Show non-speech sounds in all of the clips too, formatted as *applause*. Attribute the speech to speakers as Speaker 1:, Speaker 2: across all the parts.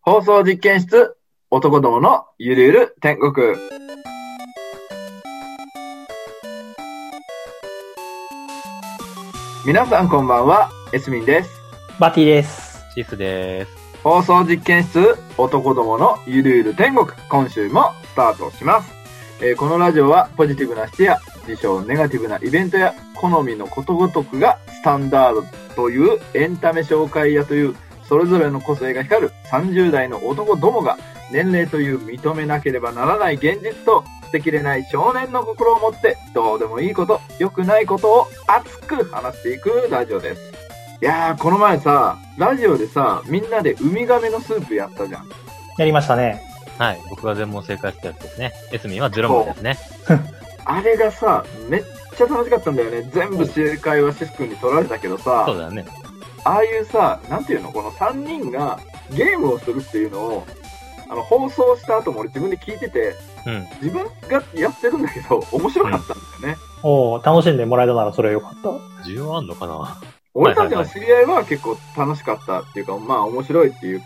Speaker 1: 放送実験室、男どものゆるゆる天国。皆さんこんばんは、エスミンです。
Speaker 2: バティです。
Speaker 3: シスです。
Speaker 1: 放送実験室、男どものゆるゆる天国、今週もスタートします。えーこのラジオはポジティブな人や、自称ネガティブなイベントや、好みのことごとくがスタンダードというエンタメ紹介やという、それぞれの個性が光る30代の男どもが、年齢という認めなければならない現実と、捨てきれない少年の心を持って、どうでもいいこと、良くないことを熱く話していくラジオです。いやー、この前さ、ラジオでさ、みんなでウミガメのスープやったじゃん。
Speaker 2: やりましたね。
Speaker 3: はい。僕が全問正解したやつですね。エスミンはゼロ問ですね。
Speaker 1: あれがさ、めっちゃ楽しかったんだよね。全部正解はシス君に取られたけど
Speaker 3: そう
Speaker 1: さ、
Speaker 3: だね。
Speaker 1: ああいうさ、なんていうのこの3人がゲームをするっていうのを、あの、放送した後も俺自分で聞いてて、
Speaker 3: うん。
Speaker 1: 自分がやってるんだけど、面白かったんだよね。
Speaker 2: おお、楽しんでもらえたならそれは良かった。
Speaker 3: 需要あんのかな
Speaker 1: 俺たちの知り合いは結構楽しかったっていうか、まあ面白いっていう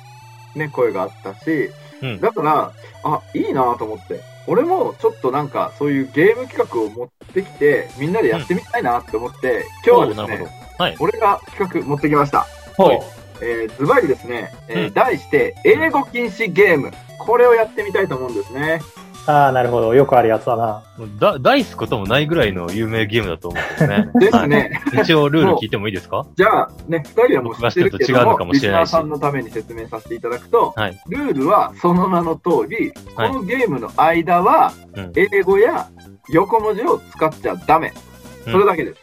Speaker 1: ね、声があったし、
Speaker 3: うん。
Speaker 1: だから、あ、いいなと思って。俺もちょっとなんかそういうゲーム企画を持ってきて、みんなでやってみたいなって思って、今日
Speaker 3: おー
Speaker 1: はで
Speaker 3: な
Speaker 1: す
Speaker 3: るほど
Speaker 1: ね、。
Speaker 3: はい。
Speaker 1: 俺が企画持ってきました。
Speaker 3: はい
Speaker 2: お
Speaker 1: えー、ズバリですね、えー
Speaker 3: うん
Speaker 1: 題して、英語禁止ゲーム。これをやってみたいと思うんですね。。
Speaker 2: ああ、なるほど。よくあるやつだな。
Speaker 3: もうだ、ダイスこともないぐらいの有名ゲームだと思うんですね
Speaker 1: ですね。
Speaker 3: はい。一応ルール聞いてもいいですか
Speaker 1: じゃあ、ね、二人はもう知ってるけ
Speaker 3: 僕が知ってると違う
Speaker 1: ど
Speaker 3: の
Speaker 1: も、
Speaker 3: かも
Speaker 1: リ
Speaker 3: し
Speaker 1: ス
Speaker 3: れな
Speaker 1: ナ
Speaker 3: い
Speaker 1: ー
Speaker 3: し
Speaker 1: さんのために説明させていただくと、
Speaker 3: はい
Speaker 1: ルールはその名の通り、
Speaker 3: はい
Speaker 1: このゲームの間は
Speaker 3: うん、
Speaker 1: 英語や横文字を使っちゃダメ。それだけです。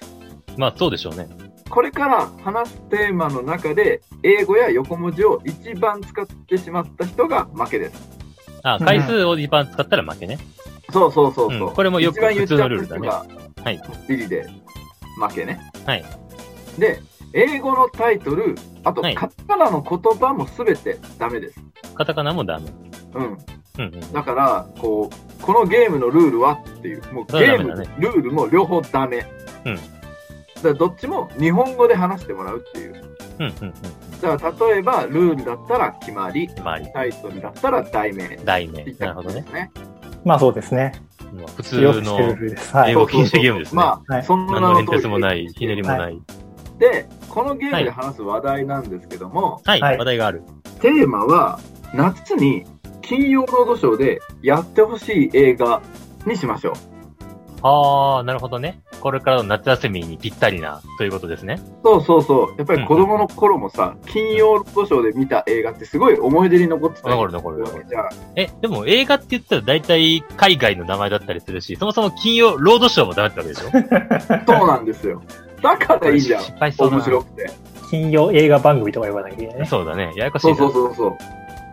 Speaker 3: まあそうでしょうね。
Speaker 1: これから話すテーマの中で、英語や横文字を一番使ってしまった人が負けです。
Speaker 3: あ、
Speaker 2: うん
Speaker 3: 回数を一番使ったら負けね。
Speaker 1: そうそうそうそう。
Speaker 3: うんこれもよく
Speaker 1: 一番言っちゃった人
Speaker 3: 普通のル
Speaker 1: が
Speaker 3: はい。
Speaker 1: ビリで負けね。
Speaker 3: はい。
Speaker 1: で、英語のタイトル、あと、
Speaker 3: はい
Speaker 1: カタカナの言葉もすべてダメです。
Speaker 3: カタカナもダメ。
Speaker 1: うん。
Speaker 3: うんうん。
Speaker 1: だから、こう、このゲームのルールはっていう、もう
Speaker 3: そ
Speaker 1: ゲ
Speaker 3: れは
Speaker 1: ーム、
Speaker 3: ダメだ
Speaker 1: ルールも両方ダメ。
Speaker 3: うん
Speaker 1: だからどっちも日本語で話してもらうっていう。
Speaker 3: うんうんうん。
Speaker 1: だから、例えば、ルールだったら決まり、
Speaker 3: 決まり。
Speaker 1: タイトルだったら題名。
Speaker 3: 題名
Speaker 1: っていっ。
Speaker 3: な
Speaker 1: た
Speaker 3: るほど
Speaker 1: ことで
Speaker 3: ね。
Speaker 1: すね。
Speaker 2: まあそうですね。
Speaker 3: まあ普通
Speaker 2: よく知ってる
Speaker 3: の
Speaker 2: ルールです。は
Speaker 3: 英
Speaker 2: い
Speaker 3: 語。禁止ゲームですね
Speaker 1: まあ、
Speaker 2: はい
Speaker 1: そんな
Speaker 3: 何
Speaker 1: の
Speaker 3: の変
Speaker 1: 通り
Speaker 3: 哲もない、ひねりもない。
Speaker 1: で、このゲームで話す話題なんですけども、
Speaker 3: はい。
Speaker 2: はい
Speaker 3: 話題がある。
Speaker 1: テーマは、夏に金曜ロードショーでやってほしい映画にしましょう。
Speaker 3: あー、なるほどね。これからの夏休みにぴったりな、ということですね。
Speaker 1: そうそうそう。やっぱり子供の頃もさ、金曜ロードショーで見た映画ってすごい思い出に残ってたり
Speaker 3: 残る残る
Speaker 1: す
Speaker 3: 残
Speaker 1: わ
Speaker 3: る
Speaker 1: け。じゃん。
Speaker 3: え、でも映画って言ったら大体海外の名前だったりするし、そもそも金曜ロードショーもダメってわけでしょ
Speaker 1: そうなんですよ。だ *laughs* からいいじゃん
Speaker 3: 失。敗しそうだ
Speaker 1: 面
Speaker 3: な。
Speaker 1: 白くて。
Speaker 2: 金曜映画番組とか言わなきゃいけないね。
Speaker 3: そうだね。ややこしい
Speaker 1: そう
Speaker 3: な。
Speaker 1: そうそうそう。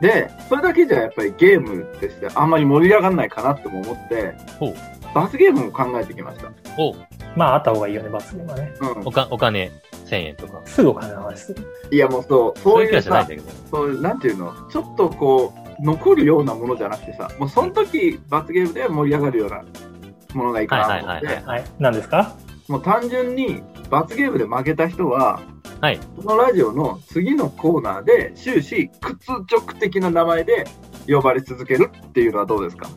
Speaker 1: で、それだけじゃやっぱりゲームってしてあんまり盛り上がらないかなっても思って
Speaker 3: ほう、
Speaker 1: 罰ゲームも考えてきました。
Speaker 2: まああった方がいいよね、罰ゲームはね。
Speaker 1: うん
Speaker 3: おおかお金1000円とか。
Speaker 2: すぐお金の話する。
Speaker 1: いやもうそう、
Speaker 3: そ
Speaker 1: そうう
Speaker 3: いう
Speaker 1: い
Speaker 3: キャ
Speaker 1: う
Speaker 3: ラじ
Speaker 1: さ
Speaker 3: ゃないんだ、けど。
Speaker 1: そういうなんていうの、ちょっとこう、残るようなものじゃなくてさ、もうその時罰ゲームで盛り上がるようなものがいいかなと思っ
Speaker 3: はいはいはい
Speaker 1: て
Speaker 3: は、
Speaker 2: はい。何ですか
Speaker 1: もう単純に罰ゲームで負けた人は、
Speaker 3: はい
Speaker 1: このラジオの次のコーナーで終始屈辱的な名前で呼ばれ続けるっていうのはどうですか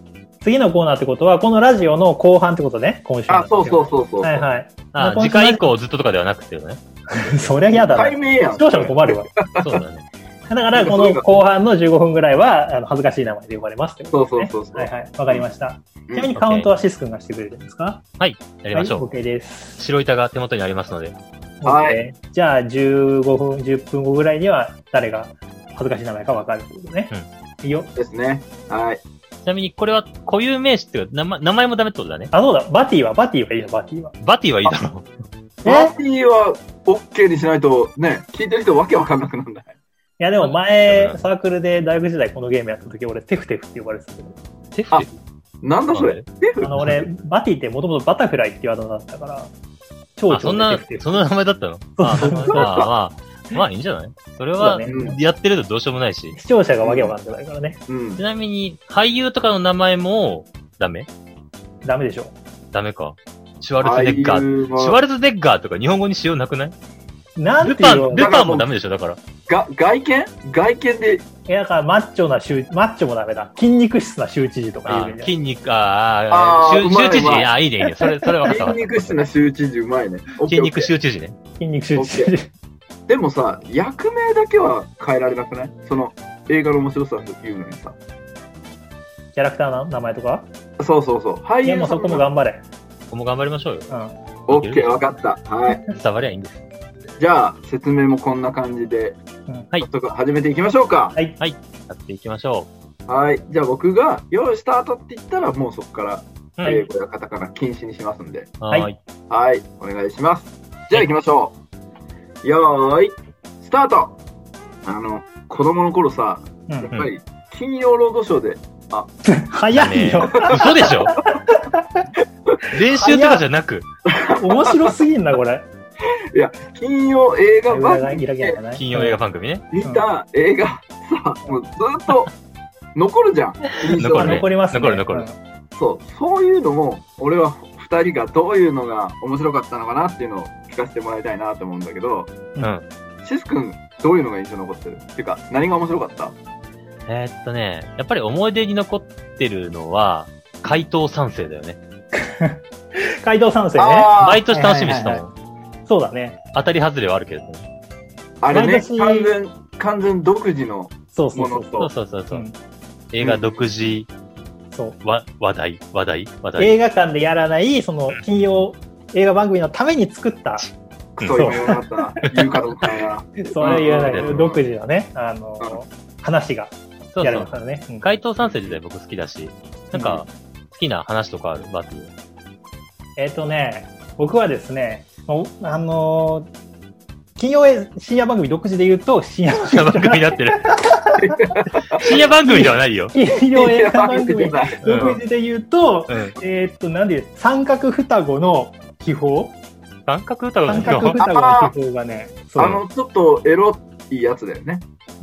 Speaker 2: 次のコーナーってことは、このラジオの後半ってことね、今週の。
Speaker 1: あ、そうそうそうそう。
Speaker 2: はいはい。
Speaker 3: あ
Speaker 2: まあ
Speaker 3: 次回以降ずっととかではなくてね。
Speaker 2: そりゃ嫌だ
Speaker 1: 解
Speaker 2: な。
Speaker 1: 明やん。
Speaker 2: 視聴者も困るわ。
Speaker 3: そうだね。
Speaker 2: だから、この後半の15分ぐらいは、あの、恥ずかしい名前で呼ばれますってことですね。
Speaker 1: そうそうそうそう
Speaker 2: はいはい。わかりました。
Speaker 1: うん
Speaker 2: ちなみにカウントはシス君がしてくれるんですか
Speaker 3: やりましょう。
Speaker 2: はい、OK です。
Speaker 3: 白板が手元にありますので。
Speaker 1: はい
Speaker 2: い。じゃあ、15分、10分後ぐらいには、誰が恥ずかしい名前かわかるってことね。いいよ。
Speaker 1: ですね。はい。
Speaker 3: ちなみにこれは固有名詞っていうか名前名前もダメってことだね。
Speaker 2: あ、そうだ。バティは、バティはいいよ、バティは。
Speaker 3: バティはいいだろう。
Speaker 1: パーティーは OK にしないとね、聞いてる人わけわかんなくなるんだ。
Speaker 2: いや、でも
Speaker 3: あ
Speaker 2: 前、サークルで大学時代このゲームやった時、俺、テフテフって呼ばれてたけど。
Speaker 3: テフテフ
Speaker 1: なんだそれ。テフ
Speaker 2: あの、俺、バティってもともとバタフライっていうワードだったから、超
Speaker 3: あ、そんな、そんな名前だったの
Speaker 2: そう
Speaker 3: あ、そ
Speaker 1: *laughs*
Speaker 3: うまあまあ、まあいいんじゃないそれは
Speaker 2: そうね
Speaker 1: うん
Speaker 3: やってるとどうしようもないし。
Speaker 2: 視聴者がわけわかんないからね。
Speaker 1: うん
Speaker 3: ち。なみに俳優とかの名前もダメ
Speaker 2: ダメでしょ。
Speaker 3: ダメか。シュワルツェネッガー。
Speaker 1: ー
Speaker 3: シュワルツェネッガーとか日本語にしようなくない
Speaker 2: なん
Speaker 3: ル
Speaker 2: てい
Speaker 3: パ
Speaker 2: うよ
Speaker 3: ン、
Speaker 2: う
Speaker 3: ル
Speaker 2: な
Speaker 3: パンもダメでしょ、だから。
Speaker 1: が外見外見で
Speaker 2: え、だから、マッチョな州、マッチョもダメだ。筋肉質な州知事とか
Speaker 3: あ
Speaker 2: 言うべき
Speaker 3: 筋肉、ああ、
Speaker 1: あー
Speaker 3: 州
Speaker 1: うまい
Speaker 3: 州知事、
Speaker 1: うまい
Speaker 3: ああ、いいね、いいね。それ、それは分かった
Speaker 1: 筋
Speaker 3: 分か
Speaker 1: 肉質な州知事うまいね。
Speaker 3: った。筋肉
Speaker 1: OK OK
Speaker 3: 州知事ね。
Speaker 2: 筋肉州知事。
Speaker 1: でもさ、役名だけは変えられなくないその映画の面白さっていうのにさ。
Speaker 2: キャラクターの名前とか
Speaker 1: そうそうそう。俳
Speaker 2: いや、も
Speaker 1: 優さ
Speaker 2: うそ
Speaker 1: ん
Speaker 2: こも
Speaker 1: も。
Speaker 2: 頑張れ。
Speaker 3: ここも頑張りましょうよ。
Speaker 2: うん。
Speaker 1: オッケー、わかった。はい。
Speaker 3: 伝わりゃいいんです。
Speaker 1: じゃあ、説明もこんな感じで、
Speaker 2: うん
Speaker 3: はい
Speaker 1: 早速始めていきましょうか。
Speaker 2: はい。
Speaker 3: やっていきましょ
Speaker 1: はい。じゃあ僕が、よーし、スタートって言ったら、もうそこから、
Speaker 3: う。
Speaker 1: 英語やカタカナ禁止にしますんで。
Speaker 3: はー。
Speaker 2: はい
Speaker 1: はい、お願いします。じゃあ行きましょう。よーい、スタートあの、子供の頃さ、
Speaker 2: う
Speaker 1: やっ
Speaker 2: ん。
Speaker 1: ぱり、金曜ロードショーで、
Speaker 2: 早
Speaker 1: *laughs*
Speaker 2: いよ。
Speaker 3: 嘘でし
Speaker 2: *laughs*
Speaker 3: ょ練習とかじゃなく、
Speaker 2: 面白すぎんな、これ。
Speaker 1: 金曜映画
Speaker 2: 裏
Speaker 1: 番
Speaker 2: が
Speaker 1: 組
Speaker 2: いら
Speaker 1: で
Speaker 2: ない。
Speaker 3: 金曜映画番組ね。
Speaker 1: 見た映画、さ、もうずっと残るじゃん。印象
Speaker 3: 残
Speaker 2: あ
Speaker 3: るね
Speaker 1: に
Speaker 2: 残りますね。
Speaker 3: 残る残る
Speaker 2: うん
Speaker 1: そう、そういうのも、俺は二人がどういうのが面白かったのかなっていうのを聞かせてもらいたいなと思うんだけど、
Speaker 3: うん。
Speaker 1: シス君、どういうのが印象に残ってるっていうか、何が面白かった
Speaker 3: えーっとね、やっぱり思い出に残ってるのは、怪盗三世だよね。
Speaker 2: 街道賛成ね。
Speaker 1: あー
Speaker 3: 毎年楽しみにしてたもん。
Speaker 2: はいそうだね。
Speaker 3: 当たり外れはあるけどね。
Speaker 1: あれね
Speaker 2: 毎、年
Speaker 1: 完全、完全独自の
Speaker 2: そうそ
Speaker 1: も
Speaker 2: うそ
Speaker 1: の
Speaker 2: う。
Speaker 3: そう
Speaker 1: と、
Speaker 3: そうそう。そう
Speaker 2: うん
Speaker 3: 映画独自、
Speaker 2: そう
Speaker 3: わ、話題、話題、話題。
Speaker 2: 映画館でやらない、その、金曜映画番組のために作った、
Speaker 1: クソ言わなかったな、言うかどうかな。
Speaker 2: そういう
Speaker 1: うん
Speaker 2: な
Speaker 3: うん
Speaker 2: い独自のね、あの、話が
Speaker 3: そう
Speaker 2: やれ
Speaker 3: そ
Speaker 2: ま
Speaker 3: う
Speaker 2: す。からね。うん
Speaker 3: 怪盗三世自体僕好きだし、なんか、好きな話とかある、バッグ。
Speaker 2: えっ、とね、僕はですね、おあのー金曜え深夜番組独自で言うと、深夜
Speaker 3: 深夜番組になってる。 *laughs* 深夜番組ではないよ。
Speaker 2: 金曜映画番組
Speaker 1: う
Speaker 2: 独自で言うと、
Speaker 3: うん。
Speaker 2: えっ、と、なんで、三角双子の秘宝
Speaker 3: 三角歌が
Speaker 2: 三角
Speaker 3: 好
Speaker 2: 双子の秘宝がね、そ
Speaker 1: あ
Speaker 2: う、
Speaker 1: の、ちょっとエロいやつだよね。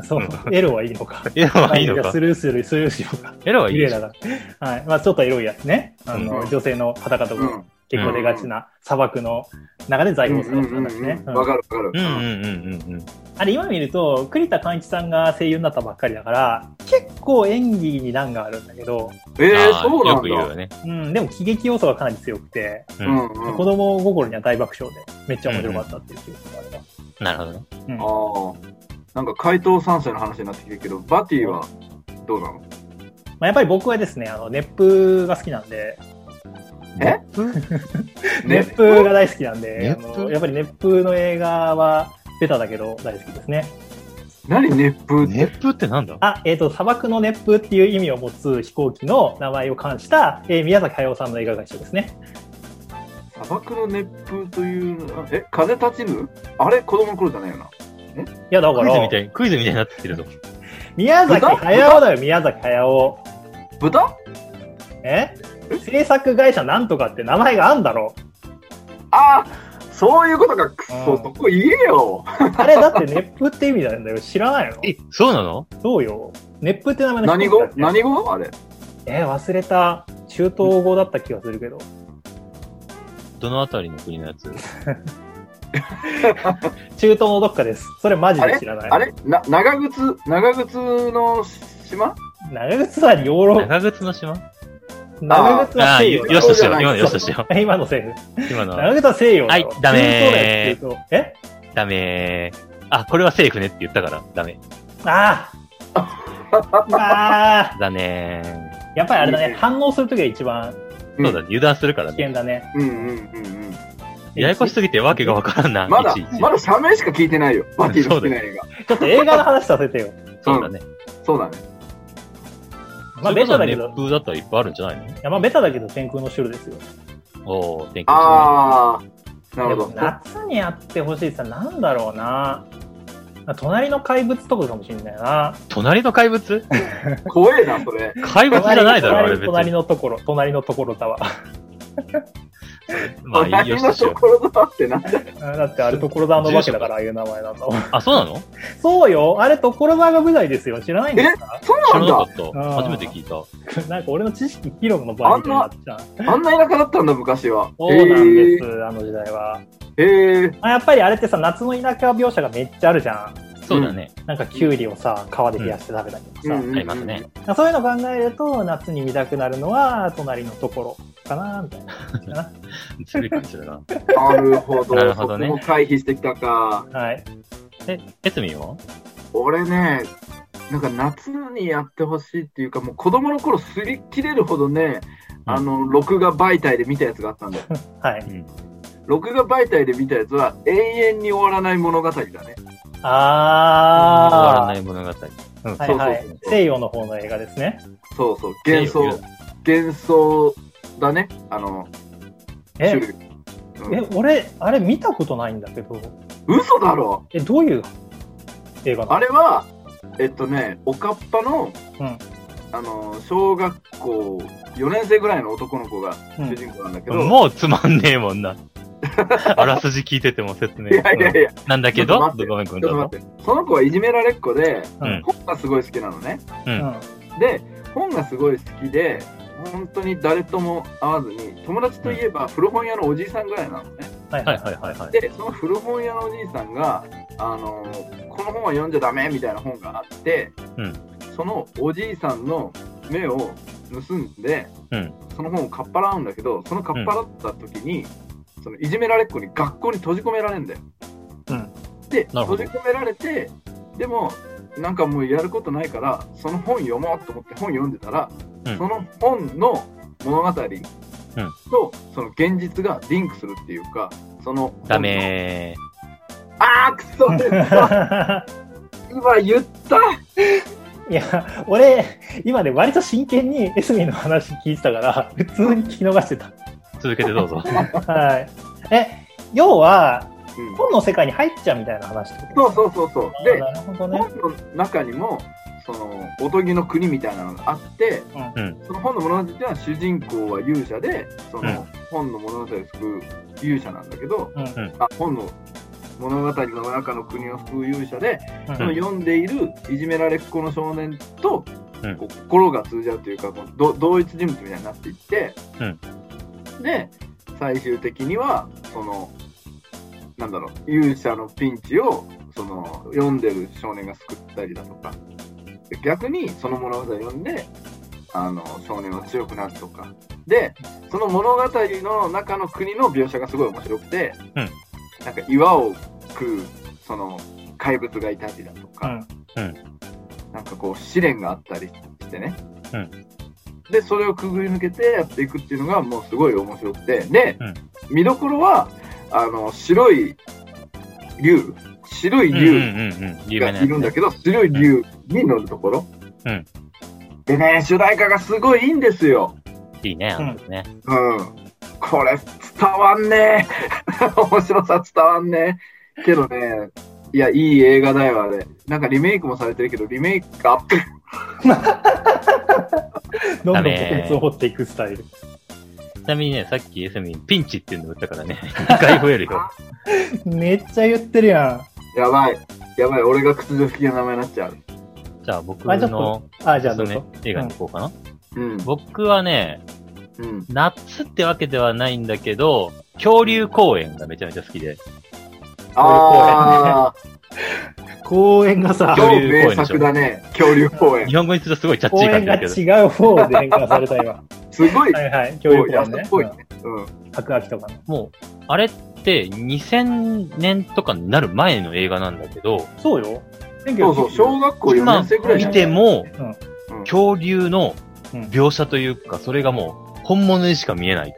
Speaker 2: そう、エロはいいのか。
Speaker 3: き。エロはいいのか
Speaker 2: ス。ルーする、スルーしようか。
Speaker 3: エロはいい
Speaker 2: 綺麗
Speaker 3: でしょ
Speaker 2: だから。はい。まあ、ちょっとエロいやつね。あの、
Speaker 1: うん
Speaker 2: 女性の裸と
Speaker 1: う
Speaker 2: か
Speaker 1: ん。
Speaker 2: 結構出がちな砂漠の中で財
Speaker 1: うん
Speaker 2: 宝
Speaker 1: うん
Speaker 2: 探すんだしね。
Speaker 1: うん。
Speaker 2: う
Speaker 1: わ
Speaker 2: ん
Speaker 1: かるわか
Speaker 3: うんう
Speaker 1: る。
Speaker 3: んうんうんうん。
Speaker 2: あれ、今見ると、栗田寛一さんが声優になったばっかりだから、結構演技に難があるんだけど、
Speaker 1: えー、
Speaker 3: あー
Speaker 1: そう
Speaker 3: よく言う
Speaker 1: なん
Speaker 3: よ
Speaker 1: だ。
Speaker 3: ね。
Speaker 2: うん、でも喜劇要素がかなり強くて、
Speaker 3: う。
Speaker 1: うんんうん。
Speaker 2: 子供心には大爆笑で、めっちゃ面白かったっていう記憶があれば。
Speaker 3: なるほどね。
Speaker 2: うん
Speaker 1: ああ。なんか怪盗三世の話になってきてるけど、バティはどうなの
Speaker 2: まあ、やっぱり僕はですね、あの、熱風が好きなんで、
Speaker 1: え
Speaker 2: 熱風が大好きなんで、あ
Speaker 3: 熱風
Speaker 2: のやっぱり熱風の映画は、ベタだけど大好きですね。
Speaker 1: 何熱風って。
Speaker 3: 熱風ってなんだ
Speaker 2: あ、えっ、と、砂漠の熱風っていう意味を持つ飛行機の名前を冠した、えー宮崎駿さんの映画会社ですね。
Speaker 1: 砂漠の熱風という、え、風立ちぬあれ、子供の頃じゃないよな。
Speaker 2: いや、だか
Speaker 3: クイズ
Speaker 2: ら
Speaker 3: みた、いに、クイズみたいになってきてるぞ。
Speaker 2: 宮崎駿だよ、宮崎駿。
Speaker 1: 豚
Speaker 2: え制作会社なんとかって名前があんだろ。
Speaker 1: ああそういうことか、く
Speaker 2: う
Speaker 1: そ、そ
Speaker 2: ん
Speaker 1: こ言えよ。
Speaker 2: あれ、だって熱風って意味なんだよ。知らないの
Speaker 3: え、そうなの
Speaker 2: そうよ。熱風って名前の
Speaker 1: 何
Speaker 2: 飛
Speaker 1: 語
Speaker 2: 行機 *laughs* だって
Speaker 1: 何語あれ。
Speaker 2: えー忘れた。中東語だった気がするけど。
Speaker 3: どのあたりの国のやつ
Speaker 2: 中東のどっかです。それマジで知らない。
Speaker 1: あれな、長靴、長靴の島
Speaker 2: 長靴はヨーロッ
Speaker 3: 長靴の島
Speaker 2: 長靴は
Speaker 3: ああ、
Speaker 2: 西
Speaker 3: よ
Speaker 2: 洋だ
Speaker 3: よしとしよう。
Speaker 1: そうじゃ
Speaker 3: 今
Speaker 1: な
Speaker 3: の
Speaker 1: い
Speaker 3: よしとしよ
Speaker 2: *laughs* 今のセーフ。
Speaker 3: う。今のは
Speaker 2: 長靴は西洋だよ
Speaker 3: はいダメー
Speaker 2: 中東だよって言うとえ
Speaker 3: ダメー。あ、これはセーフねって言ったから、ダメ。
Speaker 2: ああああ
Speaker 3: だね
Speaker 2: やっぱりあれだ
Speaker 1: いい
Speaker 2: ね
Speaker 1: ね、
Speaker 2: 反応するときが一番
Speaker 3: ー。そうだ、ね、油断するから
Speaker 2: 危
Speaker 3: ね。
Speaker 2: 険だね。
Speaker 1: うんうんうんうん。
Speaker 3: ややこしすぎてわけがわからんな、
Speaker 1: まだ
Speaker 3: いちい、ち
Speaker 1: まだ社名しか聞いてないよ。バティの好きな映画。
Speaker 2: ちょっと映画の話させてよ。
Speaker 3: そうだね。
Speaker 1: そうだね。
Speaker 2: まあ、
Speaker 3: それ
Speaker 2: ベ
Speaker 3: こそ
Speaker 2: タだけ
Speaker 3: 熱
Speaker 2: ど、
Speaker 3: 風だったらいっぱいあるんじゃない
Speaker 2: いやまあ、ベタだけど天空の城ですよ。
Speaker 3: のおー、天気
Speaker 1: あー、な
Speaker 2: で
Speaker 1: る
Speaker 2: も
Speaker 1: ほど。
Speaker 2: 夏にやってほしいってさ、なんだろうな。隣の怪物とかかもしれないな。
Speaker 3: 隣の怪物
Speaker 1: 怖えな、それ。
Speaker 3: 怪物じゃないだろ、あれ
Speaker 2: 隣
Speaker 3: 別
Speaker 2: 隣
Speaker 3: に。
Speaker 2: のところ、隣のところ
Speaker 1: *laughs*
Speaker 2: だわ。
Speaker 3: まあ、いいよ
Speaker 1: 隣
Speaker 3: しと
Speaker 1: の
Speaker 3: しよ
Speaker 1: と
Speaker 3: う。
Speaker 1: ころだってな。
Speaker 2: だってあれ、所沢の化けだから、ああいう名前なんだもん。
Speaker 3: あ、そうなの
Speaker 2: そうよ、あれ、所沢が舞台ですよ。知らないんですか
Speaker 1: そう
Speaker 3: 知ら
Speaker 1: なん
Speaker 3: なか
Speaker 1: だ。
Speaker 3: った。
Speaker 2: あー
Speaker 3: 初めて聞いた。
Speaker 2: なんか俺の知識議論の場合みたいになっちゃう。
Speaker 1: あんな田舎だったんだ、昔は。
Speaker 2: そうなんです、あの時代は。
Speaker 1: えー、えー、
Speaker 2: まあ、やっぱりあれってさ、夏の田舎描写がめっちゃあるじゃん。
Speaker 3: そうだね。
Speaker 2: なんかきゅうりをさ皮で冷やして食べたりとかさ、
Speaker 1: うん
Speaker 3: ありますね。
Speaker 2: そういうの考えると夏に見たくなるのは隣のところかなみたいな感じか
Speaker 3: すごい感じだな。
Speaker 1: なるほど。
Speaker 3: なるほどね
Speaker 1: そこも回避してきたか。
Speaker 2: なはい
Speaker 3: え、エスミンは
Speaker 1: 俺ね、なんか夏にやってほしいっていうか、もう子供の頃擦り切れるほどね、あの、録画媒体で見たやつがあったんだよ。
Speaker 3: *laughs*
Speaker 2: は
Speaker 3: う
Speaker 2: い
Speaker 3: ん。
Speaker 1: 録画媒体で見たやつは永遠に終わらない物語だね。
Speaker 3: 終わら
Speaker 2: あ
Speaker 3: ない物語。うん、
Speaker 2: あ
Speaker 1: そう
Speaker 2: は
Speaker 1: そ
Speaker 2: い
Speaker 1: う
Speaker 2: は
Speaker 1: そう
Speaker 2: い西洋の方の映画ですね
Speaker 1: そうそう、幻
Speaker 3: いい
Speaker 1: 想
Speaker 3: よ、
Speaker 1: 幻想だね。あの、
Speaker 2: え
Speaker 1: 種類。うん
Speaker 2: え俺あれ見たことないんだけど
Speaker 1: 嘘だろ
Speaker 2: えどういう映画なの
Speaker 1: あれは、えっとね、おかっぱの、
Speaker 2: うん
Speaker 1: あの、小学校4年生ぐらいの男の子が
Speaker 2: うん
Speaker 1: 主人公なんだけど、
Speaker 3: もうつまんねえも
Speaker 1: *laughs*
Speaker 3: んな。あらすじ聞いてても説明。
Speaker 1: いやいやいや、
Speaker 3: なんだけ
Speaker 1: ちょ
Speaker 3: ど
Speaker 1: っと待って
Speaker 3: ごめんごめん、
Speaker 1: ちょっと
Speaker 3: どう
Speaker 1: 待
Speaker 3: ぞ。
Speaker 1: って、その子はいじめられっ子で、
Speaker 3: うん
Speaker 1: 本がすごい好きなのね。
Speaker 3: う
Speaker 2: うん
Speaker 3: ん。
Speaker 1: で、本がすごい好きで、本当に誰とも会わずに、友達といえば古本屋のおじいさんぐらいなのね。
Speaker 2: はいは
Speaker 3: はいいはいはいはい。
Speaker 1: で、その古本屋のおじいさんが、あのこの本は読んじゃダメみたいな本があって、
Speaker 3: うん
Speaker 1: そのおじいさんの目を盗んで、
Speaker 3: うん
Speaker 1: その本をかっぱらうんだけど、そのかっぱらった時に、そのいじめられっ子に学校に閉じ込められるんだよ。
Speaker 2: うん
Speaker 1: で、
Speaker 3: な
Speaker 1: 閉
Speaker 3: るほ
Speaker 1: じ
Speaker 3: ど
Speaker 1: 込められて、でも、なんかもうやることないから、その本読もうと思って本読んでたら、
Speaker 3: うん
Speaker 1: その本の物語と、その現実がリンクするっていうか、その本の
Speaker 3: ダメ
Speaker 1: あーくそ今言った
Speaker 2: *laughs* いや、俺、今ね、割と真剣にエスミンの話聞いてたから、普通に聞き逃してた。
Speaker 3: ー。続けてど
Speaker 1: *laughs*
Speaker 3: うぞ。
Speaker 2: はい。え、要は、
Speaker 1: うん
Speaker 2: 本の世界に入っちゃうみたいな話って
Speaker 1: そう
Speaker 2: こ
Speaker 1: そうそうそう
Speaker 2: と
Speaker 1: で
Speaker 2: あーなるほどね。
Speaker 1: 本の中にもそのおとぎの国みたいなのがあって、
Speaker 3: うん
Speaker 1: その本の物語っていうのは主人公は勇者でその、
Speaker 3: うん
Speaker 1: 本の物語を救う勇者なんだけど、
Speaker 2: うん
Speaker 1: あ本の物語の中の国を救う勇者で、
Speaker 2: うん
Speaker 1: その読んでいるいじめられっ子の少年と、
Speaker 3: うん
Speaker 1: こう心が通じ合うというかこうど同一人物みたいになっていって、で最終的にはそのなんだろう勇者のピンチをその読んでる少年が救ったりだとかで逆にその物語を読んであの少年は強くなるとかでその物語の中の国の描写がすごい面白くて、
Speaker 3: うん
Speaker 1: なんか岩を食うその怪物がいたりだと
Speaker 2: う
Speaker 1: か、
Speaker 2: ん。
Speaker 1: なんかこう試練があったりしてね、
Speaker 3: うん
Speaker 1: でそれをくぐり抜けてやっていくっていうのがもうすごい面白くてで、
Speaker 3: うん
Speaker 1: 見どころはあの白い竜白い
Speaker 3: うんう
Speaker 1: 竜、
Speaker 3: んうんうん。有
Speaker 1: がい
Speaker 3: 名なやつ
Speaker 1: るんだ
Speaker 3: ね。
Speaker 1: けど、白い竜に乗るところ。
Speaker 3: うん
Speaker 1: でね、主題歌がすごいいいんですよ。
Speaker 3: いいね、あのね。
Speaker 1: うん。これ、伝わんねえ。 *laughs* 面白さ伝わんねえ。けどね、いや、いい映画だよ、あれ。なんかリメイクもされてるけど、リメイクが、
Speaker 2: どんど
Speaker 3: ダ
Speaker 2: ん
Speaker 3: メ
Speaker 2: 鉄を掘っていくスタイル。
Speaker 3: ちなみにね、さっきエスミン、ピンチっていうの打ったからね、2回増えるよ。
Speaker 2: めっちゃ言ってるや
Speaker 1: やばい。やばい、俺が屈辱的な名前になっちゃう。
Speaker 3: じゃあ僕
Speaker 2: あちょっ
Speaker 3: の
Speaker 2: とん。あ、じゃあ
Speaker 3: お
Speaker 2: ど
Speaker 3: す
Speaker 2: う
Speaker 3: すめ
Speaker 2: ぞ。
Speaker 3: 映画に行こうかな。
Speaker 1: うん。
Speaker 3: 僕はね、
Speaker 1: うん。
Speaker 3: 夏ってわけではないんだけど、恐竜公園がめちゃめちゃ好きで。
Speaker 1: ああ、
Speaker 2: 公園がさ、
Speaker 1: 超
Speaker 3: 恐竜公園でしょ
Speaker 1: 名作だね。恐竜公園
Speaker 3: 日。本語にするとすごいチャッ
Speaker 2: 公
Speaker 3: チい感
Speaker 2: 園
Speaker 3: じ
Speaker 2: が
Speaker 3: だけど。
Speaker 2: 違う方で変換された今。
Speaker 1: すごい、
Speaker 2: はいはい。
Speaker 1: *laughs*
Speaker 2: 恐竜公園
Speaker 1: 安
Speaker 2: ね
Speaker 1: っ。ぽい
Speaker 2: うん
Speaker 1: ね。うん。
Speaker 2: 白亜紀とかの。
Speaker 3: もう、あれって2000年とかになる前の映画なんだけど、
Speaker 2: そうよ。
Speaker 1: そうそう、小学校4
Speaker 3: 今
Speaker 1: 年生ぐらいじゃ
Speaker 3: 見
Speaker 1: ん
Speaker 3: ても、
Speaker 1: うん
Speaker 3: 恐竜の描写というか、それがもう本物にしか見えない。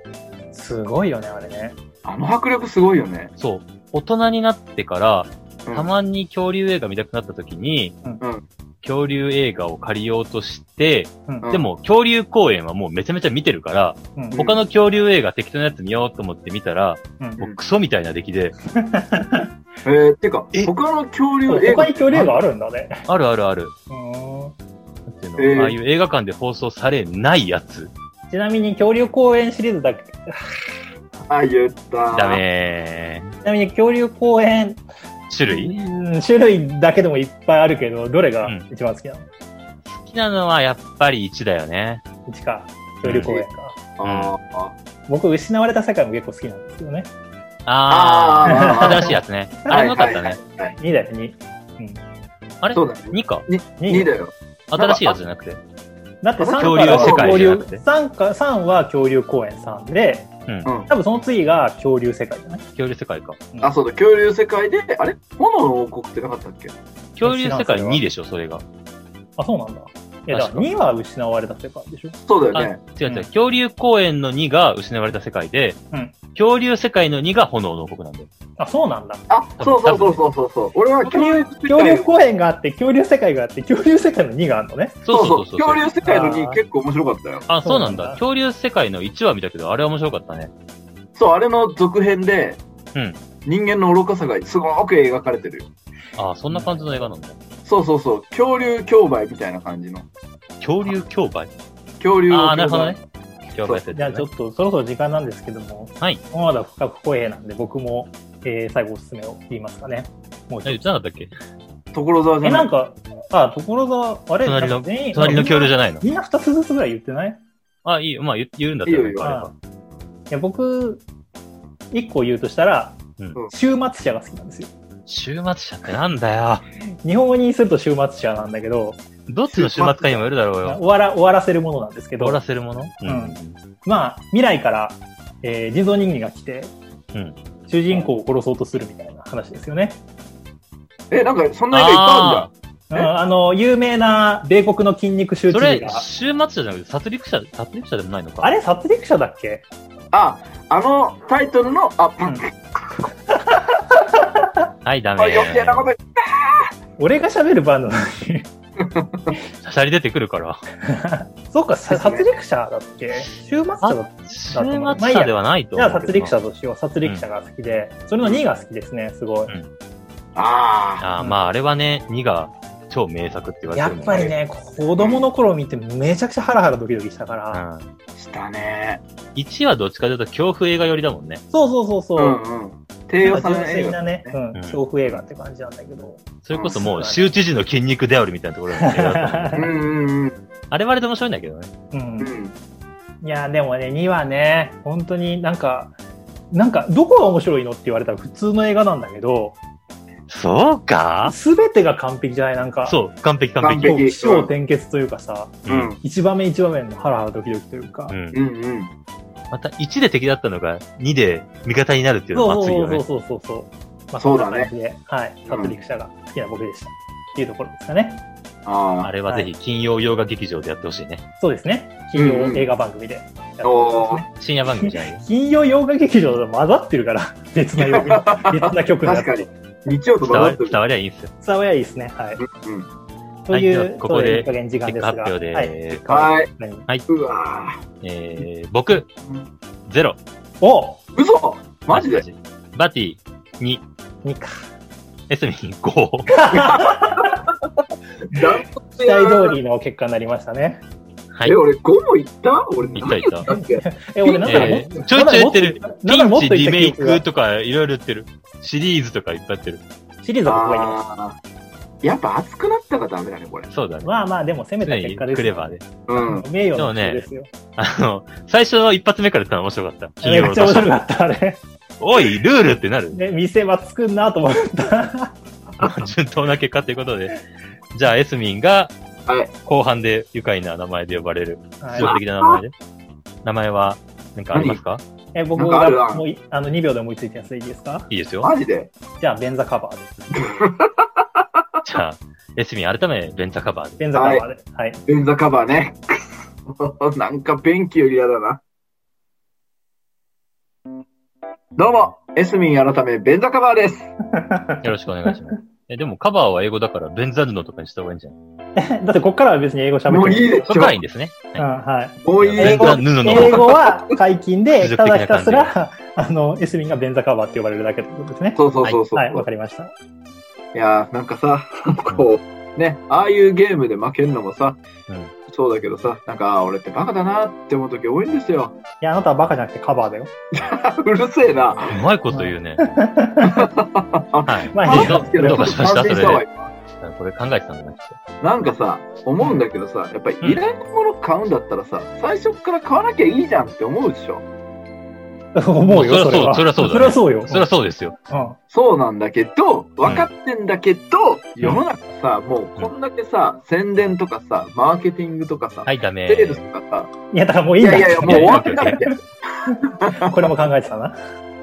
Speaker 2: すごいよね、あれね。
Speaker 1: あの迫力すごいよね。
Speaker 3: そう。大人になってから、
Speaker 1: うん
Speaker 3: たまに恐竜映画見たくなった時に、
Speaker 1: うん
Speaker 3: 恐竜映画を借りようとして、
Speaker 2: うん
Speaker 1: うん
Speaker 3: でも恐竜公演はもうめちゃめちゃ見てるから、
Speaker 2: うん
Speaker 3: 他の恐竜映画適当なやつ見ようと思って見たら、
Speaker 2: うん
Speaker 3: もうクソみたいな出来で、
Speaker 1: えー、てか
Speaker 3: え、
Speaker 1: 他の恐竜映画
Speaker 2: 他に恐竜があるんだね。
Speaker 3: あるあるある。
Speaker 2: ち
Speaker 3: なんていうの
Speaker 1: えー
Speaker 3: ああいう映画館で放送されないやつ。
Speaker 2: なみに恐竜公園シリーズだけ、
Speaker 1: あ、言った。
Speaker 3: ダ。メー。
Speaker 2: ちなみに恐竜公園、
Speaker 3: 種類
Speaker 2: うん種類だけでもいっぱいあるけど、どれが一番好きなの
Speaker 3: 好きなのはやっぱり1だよね。
Speaker 2: 一か、恐竜公園か。
Speaker 1: あーあ
Speaker 2: 僕、失われた世界も結構好きなんですよね。
Speaker 3: あー。
Speaker 1: あー
Speaker 3: 新しいやつね。あれも良かったね。
Speaker 1: ー。はい
Speaker 2: 2だよ、2。
Speaker 3: あれ
Speaker 1: そうだね。
Speaker 3: ?2 か
Speaker 2: 二
Speaker 1: 2だよ。
Speaker 3: 新しいやつじゃなくて。
Speaker 2: だって3
Speaker 1: 恐
Speaker 2: か
Speaker 1: 竜
Speaker 2: ら
Speaker 1: は世
Speaker 2: は
Speaker 1: 界
Speaker 2: 恐
Speaker 3: じゃ
Speaker 2: 竜、
Speaker 3: なくて
Speaker 2: 3か、三は恐竜公園さんで、
Speaker 1: うん。
Speaker 2: 多分その次が恐竜世界じゃない
Speaker 3: 恐竜世界か。
Speaker 1: あ、そうだ、恐竜世界で、あれ炎の王国ってなかったっけ
Speaker 3: 恐竜世界
Speaker 2: 知らん
Speaker 3: 2でしょ、それが。
Speaker 2: あ、そうなんだ。いや、だ
Speaker 3: 確
Speaker 2: か
Speaker 3: から
Speaker 2: 2は失われた世界でしょ
Speaker 1: そうだよね。
Speaker 3: 違う違う、
Speaker 2: うん
Speaker 3: 恐竜公園の2が失われた世界で、
Speaker 2: うん
Speaker 3: 恐竜世界の2が炎の王国なんだよ。
Speaker 2: あ、そうなんだ。
Speaker 1: あ、そうそうそうそうそうそう。俺は恐
Speaker 2: 恐
Speaker 1: 竜
Speaker 2: 竜、恐竜公園があって、恐竜世界があって、恐竜世界の2があるのね。
Speaker 3: そうそうそうそう。
Speaker 1: 恐竜世界の2結構面白かったよ。
Speaker 3: あ、そうな
Speaker 2: そうな
Speaker 3: ん
Speaker 2: んだ
Speaker 3: だ。恐竜世界の1話見たけど、あれは面白かったね。
Speaker 1: そう、あれの続編で、
Speaker 3: うん
Speaker 1: 人間の愚かさがすごく描かれてるよ。
Speaker 3: あ、そんな感じの映画なんだ。
Speaker 1: そうそうそう、恐竜競売みたいな感じの。
Speaker 3: 恐竜競売
Speaker 1: 恐竜
Speaker 3: あ
Speaker 1: を
Speaker 3: あ、なるほ
Speaker 1: 競
Speaker 3: ど
Speaker 1: 売
Speaker 3: ね。競売されて
Speaker 2: じゃあちょっとそろそろ時間なんですけども、
Speaker 3: はい。
Speaker 2: まだ深く公平なんで、僕も、えー最後おすすめを言いますかね。もうちょ
Speaker 3: 言
Speaker 2: っ
Speaker 3: ってなかったっけ
Speaker 1: 所沢
Speaker 2: と。
Speaker 1: じゃ
Speaker 2: え、
Speaker 1: な
Speaker 2: ないんか、あ、所沢、あれ
Speaker 3: 隣
Speaker 2: なん
Speaker 3: の
Speaker 2: か全員、
Speaker 3: 隣の恐
Speaker 2: み
Speaker 3: 竜
Speaker 2: んな
Speaker 3: じゃないの
Speaker 2: みんな2つずつぐらい言ってない
Speaker 3: あ、いいよ。まあ、言言うんだったら
Speaker 1: いいよいいよ
Speaker 3: なんかあれば。
Speaker 2: いや、僕、1個言うとしたら、
Speaker 3: うん
Speaker 2: 終末者が好きなんですよ。
Speaker 3: 週末者ってなんだよ。
Speaker 2: 日本語にすると終末者なんだけど、
Speaker 3: どっちの週末かにもよるだろうよ。
Speaker 2: 終わら終わらせるものなんですけど、
Speaker 3: 終わらせるもの
Speaker 2: んまあ、未来から、えー人造人間が来て、
Speaker 3: うん
Speaker 2: 主人公を殺そうとするみたいな話ですよね。
Speaker 1: え、なんかそんな映画いっぱいあ
Speaker 3: あ
Speaker 2: う
Speaker 1: え
Speaker 2: ん、あの、有名な米国の筋肉
Speaker 3: ー
Speaker 2: 集
Speaker 3: そ
Speaker 2: 中
Speaker 3: れ
Speaker 2: が、。
Speaker 3: 週末者じゃなくて、殺戮者、殺戮者でもないのか。
Speaker 2: あれ、殺戮者だっけ
Speaker 1: るんだ。あ、あのタイトルの、あ、パンク。
Speaker 3: はい、ダメ
Speaker 1: あ、。余計なこと。
Speaker 2: 俺が喋る番なのに。
Speaker 3: シャシャリ出てくるから。
Speaker 2: *laughs* そうか、さ *laughs*
Speaker 1: ですね
Speaker 2: 殺戮者だっけ終末者だっけ
Speaker 3: 週末者ではないと
Speaker 2: じゃ
Speaker 3: 思う
Speaker 2: あ
Speaker 3: け
Speaker 2: 殺
Speaker 3: どな。
Speaker 2: 戮者としよう。殺戮者が好きで、それの2が好きですね、すごい。
Speaker 1: あ
Speaker 3: ああ、まあ、あれはね、2が超名作って言われ
Speaker 2: やっ
Speaker 3: てるもん
Speaker 2: ぱり。ね、子供の頃見てめちゃくちゃハラハラドキドキしたか
Speaker 3: う
Speaker 2: ら、
Speaker 3: ん。
Speaker 1: あ、したね。
Speaker 3: 1はどっちかというと恐怖映画寄りだもんね。
Speaker 2: そうそうそうそうう。
Speaker 1: んうん。低
Speaker 2: な
Speaker 1: 予
Speaker 2: んか
Speaker 1: 算
Speaker 2: 純
Speaker 1: 映
Speaker 2: 粋
Speaker 1: 画。
Speaker 2: なね、うん、
Speaker 3: うん
Speaker 2: 恐怖映画って感じなんだけど。
Speaker 3: それこそも
Speaker 2: うん
Speaker 3: う、州知事の筋肉であるみたいなところが映画
Speaker 2: *laughs*
Speaker 3: だったもんね
Speaker 1: うんうんうん
Speaker 3: あれはあれで面白いんだけどね。
Speaker 2: う。
Speaker 1: うんん。
Speaker 2: いや、でもね、2はね、本当になんか、なんか、どこが面白いのって言われたら普通の映画なんだけど、
Speaker 3: そうか
Speaker 2: すべてが完璧じゃないなんか、
Speaker 3: そう、完璧完
Speaker 1: 完
Speaker 3: 璧。
Speaker 1: 璧
Speaker 2: こう起承転結というかさ、
Speaker 1: う
Speaker 3: うん
Speaker 1: ん。
Speaker 2: 一場面一場面のハラハラドキドキというか、
Speaker 3: うん
Speaker 1: う。んうん。
Speaker 3: また1で敵だったのが2で味方になるっていうのも熱いよね。
Speaker 2: そうそうそうそうそう。まあ、そ
Speaker 1: そ
Speaker 2: ん
Speaker 1: う
Speaker 2: な
Speaker 1: だ
Speaker 2: 感
Speaker 1: ね
Speaker 2: じで、はい、殺戮者が好きな僕でした。っていうところですかね。
Speaker 3: あ
Speaker 1: あ
Speaker 3: れはぜひ金曜洋画劇場でやってほしいね。
Speaker 2: そうですね。金
Speaker 1: うん
Speaker 2: 曜
Speaker 1: うん
Speaker 2: 映画番組でやってますね。
Speaker 1: あ。おー
Speaker 3: 深夜番組じゃないよ
Speaker 2: 金曜洋画劇場と混ざってるから、別な曜日、別な曲になって
Speaker 1: 確かに。日曜と
Speaker 3: 伝
Speaker 1: バ
Speaker 3: わ
Speaker 1: ラ
Speaker 3: り
Speaker 1: ッと
Speaker 3: 伝わりゃいいんですよ。
Speaker 2: 伝わりはいいですね。はい。
Speaker 1: うんうん。
Speaker 2: とい
Speaker 3: はいで
Speaker 2: う、
Speaker 3: はここで
Speaker 2: そういういい加減時間で
Speaker 3: 結
Speaker 2: す
Speaker 3: 果
Speaker 2: が。
Speaker 3: 発表で
Speaker 2: はい。
Speaker 3: ーす。
Speaker 1: はい。
Speaker 2: 何
Speaker 1: うわぁ。
Speaker 3: えー、僕、ゼロ。
Speaker 2: お
Speaker 1: 嘘マジで
Speaker 3: バティ、2、
Speaker 2: !2 か。
Speaker 3: エスミン、5。
Speaker 2: *laughs*
Speaker 1: ダントツ
Speaker 2: 期
Speaker 1: や
Speaker 2: 待
Speaker 1: な
Speaker 2: 通りの結果になりましたね。
Speaker 3: はい
Speaker 1: え、。俺5もいった俺
Speaker 3: いったいった
Speaker 1: 何やっけ
Speaker 2: え、俺なんだろ
Speaker 3: えー、ちょいちょい言ってる。
Speaker 2: な
Speaker 3: ピ
Speaker 2: んだろも
Speaker 3: ン
Speaker 2: っ
Speaker 3: チ、
Speaker 2: と言
Speaker 3: リ
Speaker 2: った記憶
Speaker 3: メイ
Speaker 2: が
Speaker 3: クとかいろいろ言ってる。シリーズとかいっぱいやってる。
Speaker 2: シリーズはここが言いまし
Speaker 1: あーやっぱ熱くなったらダメだね、これ。
Speaker 3: そうだ
Speaker 2: た。
Speaker 3: ね。
Speaker 2: まあまあ、でも攻めた
Speaker 3: 常
Speaker 2: 結
Speaker 3: に
Speaker 2: 果です。
Speaker 3: クレバーで。
Speaker 1: うん。
Speaker 2: 名誉の結果ですよ。
Speaker 3: あの、最初の一発目から言ったの面白かった。
Speaker 2: あれめっちゃ面白かった、あれ。
Speaker 3: おい、ルールってなる
Speaker 2: ね、見せ場作んなと思った。
Speaker 3: *laughs* 順当な結果ということで。じゃあ、エスミンが
Speaker 1: はい、
Speaker 3: 後半で愉快な名前で呼ばれる。
Speaker 2: は
Speaker 3: 象徴
Speaker 2: い、
Speaker 3: 的な名前で。名前は、なんかありますか
Speaker 2: え僕
Speaker 1: なんかある
Speaker 2: が
Speaker 1: な
Speaker 2: もういあの2秒で思いついたやつでいいですか
Speaker 3: いいですよ。
Speaker 1: マジで
Speaker 2: じゃあ、ベンザカバーです。
Speaker 3: じゃあ、エスミン、改め、ベンツァカバーで。
Speaker 2: ベンザカバーで。はい。
Speaker 1: 便座カバーね。 *laughs* なんか便器より嫌だな。どうも、エスミン改め、便座カバーです。
Speaker 3: よろしくお願いします。え、でもカバーは英語だから、ベンザルノとかにした方がいいんじゃない
Speaker 2: *laughs* だって、こっからは別に英語喋
Speaker 1: も
Speaker 2: っ
Speaker 1: う
Speaker 2: て
Speaker 1: いい
Speaker 2: る。
Speaker 1: でし
Speaker 3: そ
Speaker 1: ょ
Speaker 3: こ。はいいんですね。
Speaker 2: うん、はい。
Speaker 1: もういい
Speaker 3: ベ
Speaker 1: で
Speaker 3: ン
Speaker 1: しょ
Speaker 3: ザ。ヌノの
Speaker 2: 英語は解禁で、
Speaker 3: 侮辱
Speaker 2: た
Speaker 3: 的な感じ
Speaker 2: だひたすら、 *laughs* あの、エスミンがベンザカバーって呼ばれるだけということですね。
Speaker 1: そうそうそうそう。
Speaker 2: はい、
Speaker 1: い
Speaker 2: わかりました。
Speaker 1: やー、なんかさ、こう、ね、ああいうゲームで負けるのもさ、
Speaker 3: うん
Speaker 1: そうだけどさ、なんか、あー俺ってバカだなって思う時多いんですよ。
Speaker 2: いや、あなたはバカじゃなくてカバーだよ。 *laughs*
Speaker 1: うるせえな。
Speaker 3: うまいこと言うね。はい。
Speaker 2: まあいい
Speaker 3: ど
Speaker 2: よ
Speaker 3: うどうかしました
Speaker 1: 反省
Speaker 3: それ
Speaker 1: した方がい
Speaker 3: で。
Speaker 1: い
Speaker 3: これ考えてたんだなきっ
Speaker 1: なんかさ、思うんだけどさ、やっぱり
Speaker 3: うん
Speaker 1: いらないもの買うんだったらさ、最初から買わなきゃいいじゃんって思うでしょ。
Speaker 2: 思うよ、それは。
Speaker 3: そりゃそうそ
Speaker 2: そ
Speaker 3: り
Speaker 2: れ
Speaker 3: ゃ
Speaker 2: はそうよ
Speaker 3: と。。そりゃそうですよ。
Speaker 2: うん。
Speaker 1: そうなんだけど、分かってんだけど、世の中さ、もうこんだけさ、宣伝とかさ、マーケティングとかさ、
Speaker 3: はい、ダメ。
Speaker 1: セールスとかさ、
Speaker 2: いや、だからもうい
Speaker 1: い
Speaker 2: いんだ。
Speaker 1: やいやいや、もう終わってない
Speaker 2: これも考えてたな。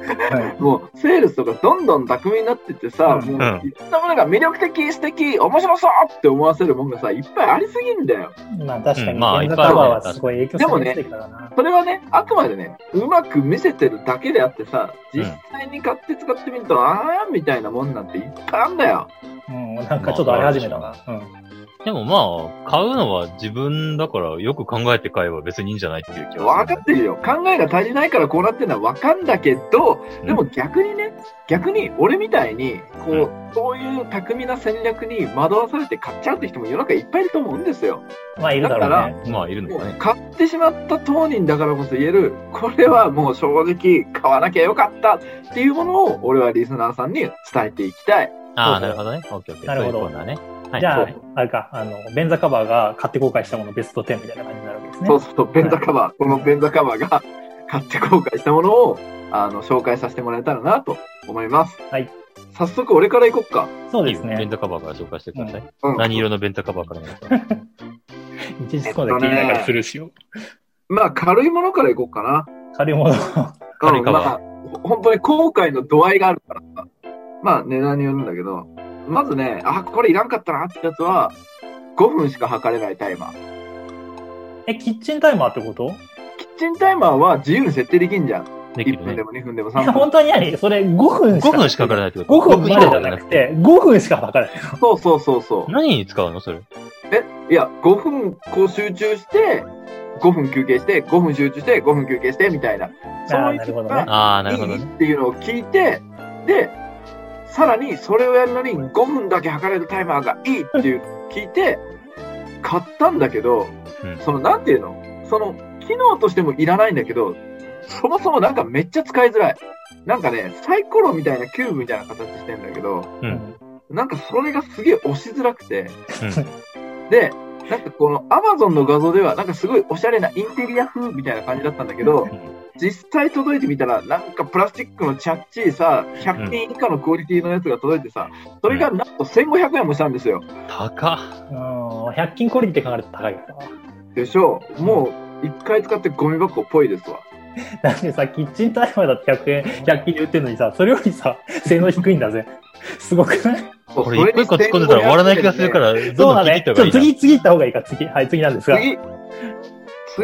Speaker 2: はい
Speaker 1: もうセールスとかどんどん巧みになってってさ、
Speaker 2: う
Speaker 1: もう
Speaker 2: ん
Speaker 1: いろんなものが魅力的、素敵、面白そうって思わせるもんがさ、いっぱいありすぎんだよ。
Speaker 2: まあ確かに、
Speaker 3: うんまあ
Speaker 2: 原価カバーはすごい影響されてるからな。
Speaker 1: それはね、あくまでね、うまく見せてるだけであってさ、実際に買って使ってみると、あーみたいなもんなんていっぱいあんだよ。
Speaker 2: うん、なんかちょっと荒れ始めたな。うん。
Speaker 3: でもまあ、買うのは自分だから、よく考えて買えば別にいいんじゃないっていう気はす
Speaker 1: 分
Speaker 3: る
Speaker 1: かってるよ。考えが足りないからこうなってるのは分かんだけど、でも逆にね、逆に俺みたいに、こう、そういう巧みな戦略に惑わされて買っちゃうって人も世の中いっぱいいると思うんですよ。
Speaker 2: まあいるだろうね。
Speaker 3: まあ、いるの
Speaker 1: も
Speaker 3: か
Speaker 1: う
Speaker 3: ね。
Speaker 1: 買ってしまった当人だからこそ言えるこれはもう正直買わなきゃよかったっていうものを俺はリスナーさんに伝えていきたい
Speaker 3: ああ、なるほどね。オッケーオッケー。
Speaker 2: なるほど
Speaker 3: そういうコーナーね。はい。
Speaker 2: じゃあ
Speaker 1: そう、
Speaker 2: あれか、あの、便座カバーが買って後悔したものベスト10みたいな感じになるわけですね。
Speaker 1: そうすると便座カバーこの便座カバーが買って後悔したものをあの紹介させてもらえたらなと思います
Speaker 2: はい
Speaker 1: 早速俺から行こっか、
Speaker 2: そう
Speaker 3: いい
Speaker 2: で
Speaker 3: よ
Speaker 2: す
Speaker 3: ベン
Speaker 2: ね。
Speaker 3: タカバーから紹介してください。
Speaker 1: うん
Speaker 3: 何色のベンタカバーからお願いします
Speaker 2: 一日今度で聞いながらするしよ。
Speaker 1: まあ軽いものから行こうかな
Speaker 2: 軽いもの。
Speaker 3: 軽い
Speaker 1: うん
Speaker 3: カ
Speaker 1: ま
Speaker 3: バー
Speaker 1: あほ本当に後悔の度合いがあるからさまあ値段によるんだけどまずねあこれいらんかったなってやつは5分しか測れないタイマー
Speaker 2: え、キッチンタイマーってこと
Speaker 1: キッチンタイマーは自由に設定できんじゃん。
Speaker 3: でき
Speaker 1: 1分
Speaker 3: る
Speaker 1: で
Speaker 3: ね。
Speaker 1: も2分でも
Speaker 2: いや、
Speaker 1: 3分
Speaker 2: 本当にありそれ5分し
Speaker 3: 5
Speaker 2: か。
Speaker 3: 分しかかからないってこと
Speaker 2: 5分までじゃなく
Speaker 3: て。
Speaker 2: て、5分しかかからない。
Speaker 1: そうそうそうそ
Speaker 3: 何に使うのそれ。
Speaker 1: う。いや、5分こう集中して、5分休憩して、5分集中して、5分休憩して、みたいな。そういう
Speaker 2: なる
Speaker 1: 時
Speaker 2: ほど
Speaker 1: 間
Speaker 2: ね
Speaker 3: ああ、ないる
Speaker 1: い
Speaker 3: ほどね。
Speaker 1: っていうのを聞いて、で、さらにそれをやるのに5分だけ測れるタイマーがいいっていう聞いて、買ったんだけど、
Speaker 3: うん
Speaker 1: その、なんていうのその、機能としてもいらないんだけど、そもそもなんかめっちゃ使いづらい。なんかね、サイコロみたいなキューブみたいな形してんだけど、
Speaker 3: う。
Speaker 2: うんん。
Speaker 1: なんかそれがすげえ押しづらくて、で、なんかこの Amazon の画像では、なんかすごいおしゃれなインテリア風みたいな感じだったんだけど、実際届いてみたら、なんかプラスチックのチャッチーさ、100均以下のクオリティのやつが届いてさ、それがなんと1500円もしたんですよ。
Speaker 3: 高っ。
Speaker 2: うん100均クオリティ考えると高いからな。
Speaker 1: でしょうもう一回使ってゴミ箱っぽいですわ。
Speaker 2: なんでさ、キッチンタイマーだって100円、100均で売ってるのにさ、それよりさ、性能低いんだぜ。すごくない
Speaker 1: そう
Speaker 3: これ一個一個突っ込んでたら終わらない気がするか。ら、どん
Speaker 2: そう
Speaker 3: ど
Speaker 2: だ
Speaker 3: ん聞
Speaker 2: ね。
Speaker 3: いて
Speaker 2: ちょ
Speaker 3: い
Speaker 2: ったと
Speaker 3: っ方がいい
Speaker 2: 次、次行った方がいいから、次。はい、次なんです
Speaker 1: そ
Speaker 2: が。
Speaker 1: れに次、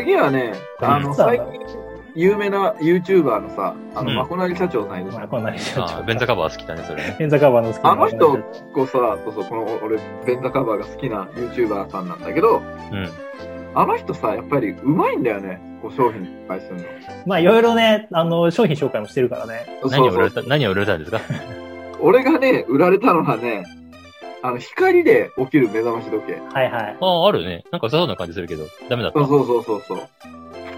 Speaker 1: 次はね、あ
Speaker 3: う
Speaker 1: の、
Speaker 2: んそうな
Speaker 1: 最
Speaker 2: んだ
Speaker 1: 近有名な YouTuber のさ、あ
Speaker 3: う
Speaker 1: の、
Speaker 3: ん
Speaker 1: まこなり社長さんいるじゃん
Speaker 2: まあ、こんなにし
Speaker 3: な。
Speaker 2: ようちょ
Speaker 3: あ
Speaker 2: っ
Speaker 3: あ、
Speaker 2: と
Speaker 3: ベンタカバー好きだね、それね。
Speaker 2: 便座カバーの好き
Speaker 1: あの人こうさ、そうそう、この俺、ベンザカバーが好きな YouTuber さんなんだけど、
Speaker 3: うん。
Speaker 1: あの人さ、やっぱりうまいんだよね、こう商品紹介するの。
Speaker 2: まあ、いろいろね、あの、商品紹介もしてるからね。
Speaker 3: 何を売
Speaker 1: そ
Speaker 3: ら
Speaker 1: う
Speaker 3: れ
Speaker 1: そ
Speaker 3: た、
Speaker 1: う
Speaker 3: 何を売られたんですか
Speaker 1: 俺がね、売られたのはね、あの、光で起きる目覚まし時計。
Speaker 2: はいはい。
Speaker 3: ああ、あるね。なんかそうな感じするけど、ダメだっ
Speaker 1: そう
Speaker 3: た。
Speaker 1: そうそうそうそう。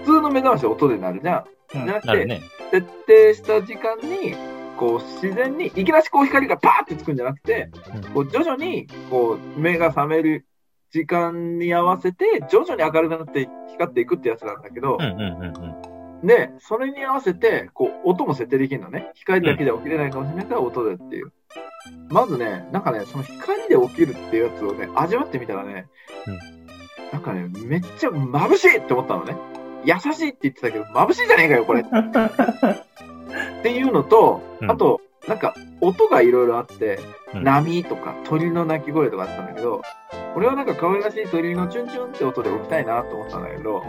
Speaker 1: 普通の目覚ましは音で鳴るじゃん。
Speaker 2: うん
Speaker 1: じゃなく
Speaker 3: な
Speaker 1: て、
Speaker 3: るね。
Speaker 1: 設定した時間に、こう自然に、いきなしこう光がバーってつくんじゃなくて、こう徐々にこう目が覚める時間に合わせて、徐々に明るくなって光っていくってやつなんだけど、
Speaker 3: うんうんうんうん。
Speaker 1: で、それに合わせて、こう、音も設定できるのね。光だけでは起きれないかもしれないから、音でっていう。まずね、なんかね、その光で起きるっていうやつをね、味わってみたらね、
Speaker 3: うん
Speaker 1: なんかね、めっちゃ眩しいって思ったのね。優しいって言ってたけど、眩しいじゃねえかよ、これ。っていうのと、
Speaker 3: うん
Speaker 1: あと、なんか、音がいろいろあって、
Speaker 3: うん
Speaker 1: 波とか鳥の鳴き声とかあったんだけど、俺はなんか可愛らしい鳥のチュンチュンって音で起きたいなと思ったんだけど、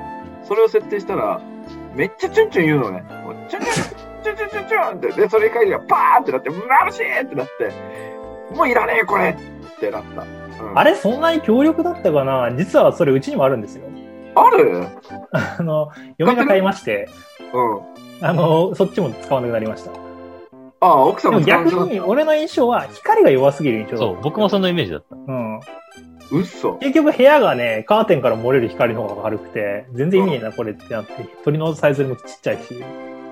Speaker 1: それを設定したら、めっちゃチュンチュン言うのね。もうチュンチュン、チュンチュンチュンチュンって。で、それ以外がパーンってなって、眩しいってなって、もういらねえこれってなった。うん
Speaker 2: あれ、そんなに強力だったかな実はそれ、うちにもあるんですよ。
Speaker 1: ある
Speaker 2: あの、嫁が買いまして、
Speaker 1: うん。
Speaker 2: あの、そっちも使わなくなりました。
Speaker 1: ああ、奥さん
Speaker 2: で
Speaker 1: も
Speaker 2: も逆
Speaker 1: 使うんだ
Speaker 2: に、俺の印象は、光が弱すぎる印象
Speaker 3: そう、僕もそのイメージだった。
Speaker 2: うん。
Speaker 1: うっそ。
Speaker 2: 結局部屋がね、カーテンから漏れる光の方が明るくて、全然意味ねえな、これってなって、鳥のサイズよりもちっちゃいし、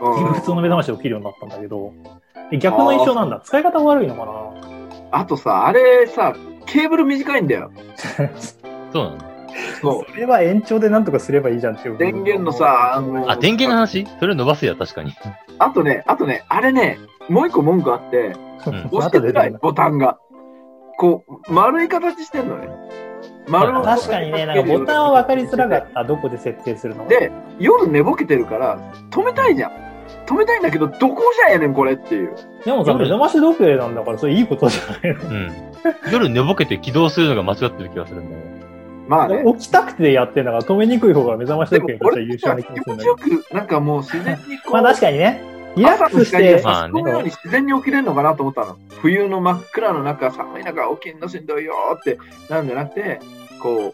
Speaker 1: うん
Speaker 2: 普通の目覚ましで起きるようになったんだけど、で逆の印象なんだ。使い方が悪いのか
Speaker 1: あとさ、あれさ、ケーブル短いんだよ。
Speaker 2: な
Speaker 3: そうなの
Speaker 1: そ
Speaker 2: それは延長でなんとかすればいいじゃんっていう。
Speaker 1: う。電源のさ、あの、
Speaker 3: あ、電源の話それ伸ばすや、確かに。
Speaker 1: あとね、あとね、あれね、もう一個文句あって、
Speaker 2: うん
Speaker 1: 押して
Speaker 2: 出
Speaker 1: ない、ボタンが。こう、丸い形してんのね。丸を
Speaker 2: 確かにね、なんかボタンは分かりづらかった。どこで設定するのか
Speaker 1: で、夜寝ぼけてるから、止めたいじゃん。止めたいんだけど、どこじゃやねん、これっていう。
Speaker 2: でもさ、目覚まし時計なんだから、それいいことじゃないの
Speaker 3: うん。夜寝ぼけて起動するのが間違ってる気がするんだ
Speaker 2: *laughs*
Speaker 3: よね。
Speaker 1: まあね。
Speaker 2: 起きたくてやってんだから、止めにくい方が目覚まし
Speaker 1: で
Speaker 2: 時
Speaker 1: も
Speaker 2: 計とし
Speaker 1: 俺
Speaker 2: ては優
Speaker 1: たちは
Speaker 2: 秀な
Speaker 1: 気
Speaker 2: 気がするん
Speaker 1: 持
Speaker 2: だ
Speaker 1: ち
Speaker 2: けど
Speaker 1: よく、なんかもう自然にこう、
Speaker 2: まあ確かにね、リラックスし
Speaker 1: 朝の光が
Speaker 2: て、
Speaker 1: 差し込むように
Speaker 2: ね
Speaker 1: 自然に起きれるのかなと思ったの。冬の真っ暗の中、寒い中、起きるのしんどいよーってなんじゃなくて、こう、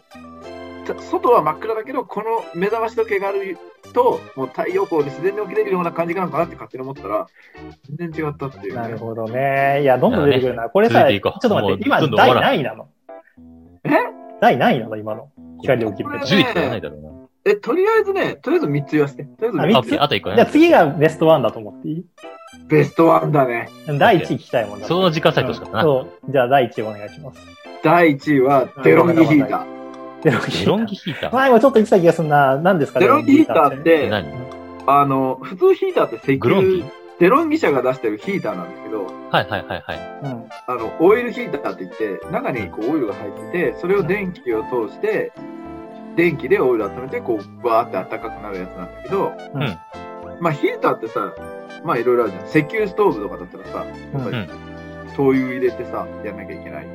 Speaker 1: た外は真っ暗だけど、この目覚まし時計があると、もう太陽光で自然に起きれるような感じなのかなって勝手に思ったら、全然違ったっていう、
Speaker 2: なるほどね。いや、どんどん出てくるな。これさ、
Speaker 3: 続いて
Speaker 2: ち
Speaker 3: いこ
Speaker 2: ょ
Speaker 3: う
Speaker 2: っと待っ
Speaker 3: も
Speaker 2: て、
Speaker 3: う
Speaker 2: 今、
Speaker 3: どんどん
Speaker 2: 第
Speaker 3: 終わらん
Speaker 2: 何位なの
Speaker 1: え
Speaker 2: 第何位なの今の。光を切る。
Speaker 1: こ
Speaker 3: 10位とかないだろうな。
Speaker 1: え、とりあえずね、とりあえず3つ言わせて。とりあえず
Speaker 2: あ
Speaker 1: 3
Speaker 2: 三
Speaker 1: つ
Speaker 2: つ
Speaker 3: あ、あと1個
Speaker 2: じゃあ
Speaker 3: ね。
Speaker 2: 次がベストワンだと思っていい
Speaker 1: ベストワンだね。
Speaker 2: 第1位聞きたいもんだ。
Speaker 3: その時間差えてほしかったな。
Speaker 2: そう。じゃあ第1位お願いします。
Speaker 1: 第1位は、デロンギヒーター。
Speaker 2: デロンギ
Speaker 3: デ
Speaker 2: ヒ
Speaker 3: ロン
Speaker 2: ー
Speaker 3: ギヒータ
Speaker 2: ター。
Speaker 3: ー
Speaker 2: 前もちょっと言ってた気がするな。何ですか
Speaker 1: デロンギヒーターっ。
Speaker 3: って
Speaker 1: て、
Speaker 3: 何
Speaker 1: あの、普通ヒーターって石
Speaker 3: グロンギ
Speaker 1: 油、デロンギ社が出してるヒーターなんですけど、
Speaker 3: はいはいはいはい。
Speaker 2: うん。
Speaker 1: あの、オイルヒーターって言って、中にこうオイルが入ってて、それを電気を通して、電気でオイルを温めて、こう、バーって暖かくなるやつなんだけど、
Speaker 2: うん
Speaker 1: まあヒーターってさ、まあいろいろあるじゃん。石油ストーブとかだったらさ、
Speaker 2: うん
Speaker 1: やっぱり灯油入れてさ、やんなきゃいけない。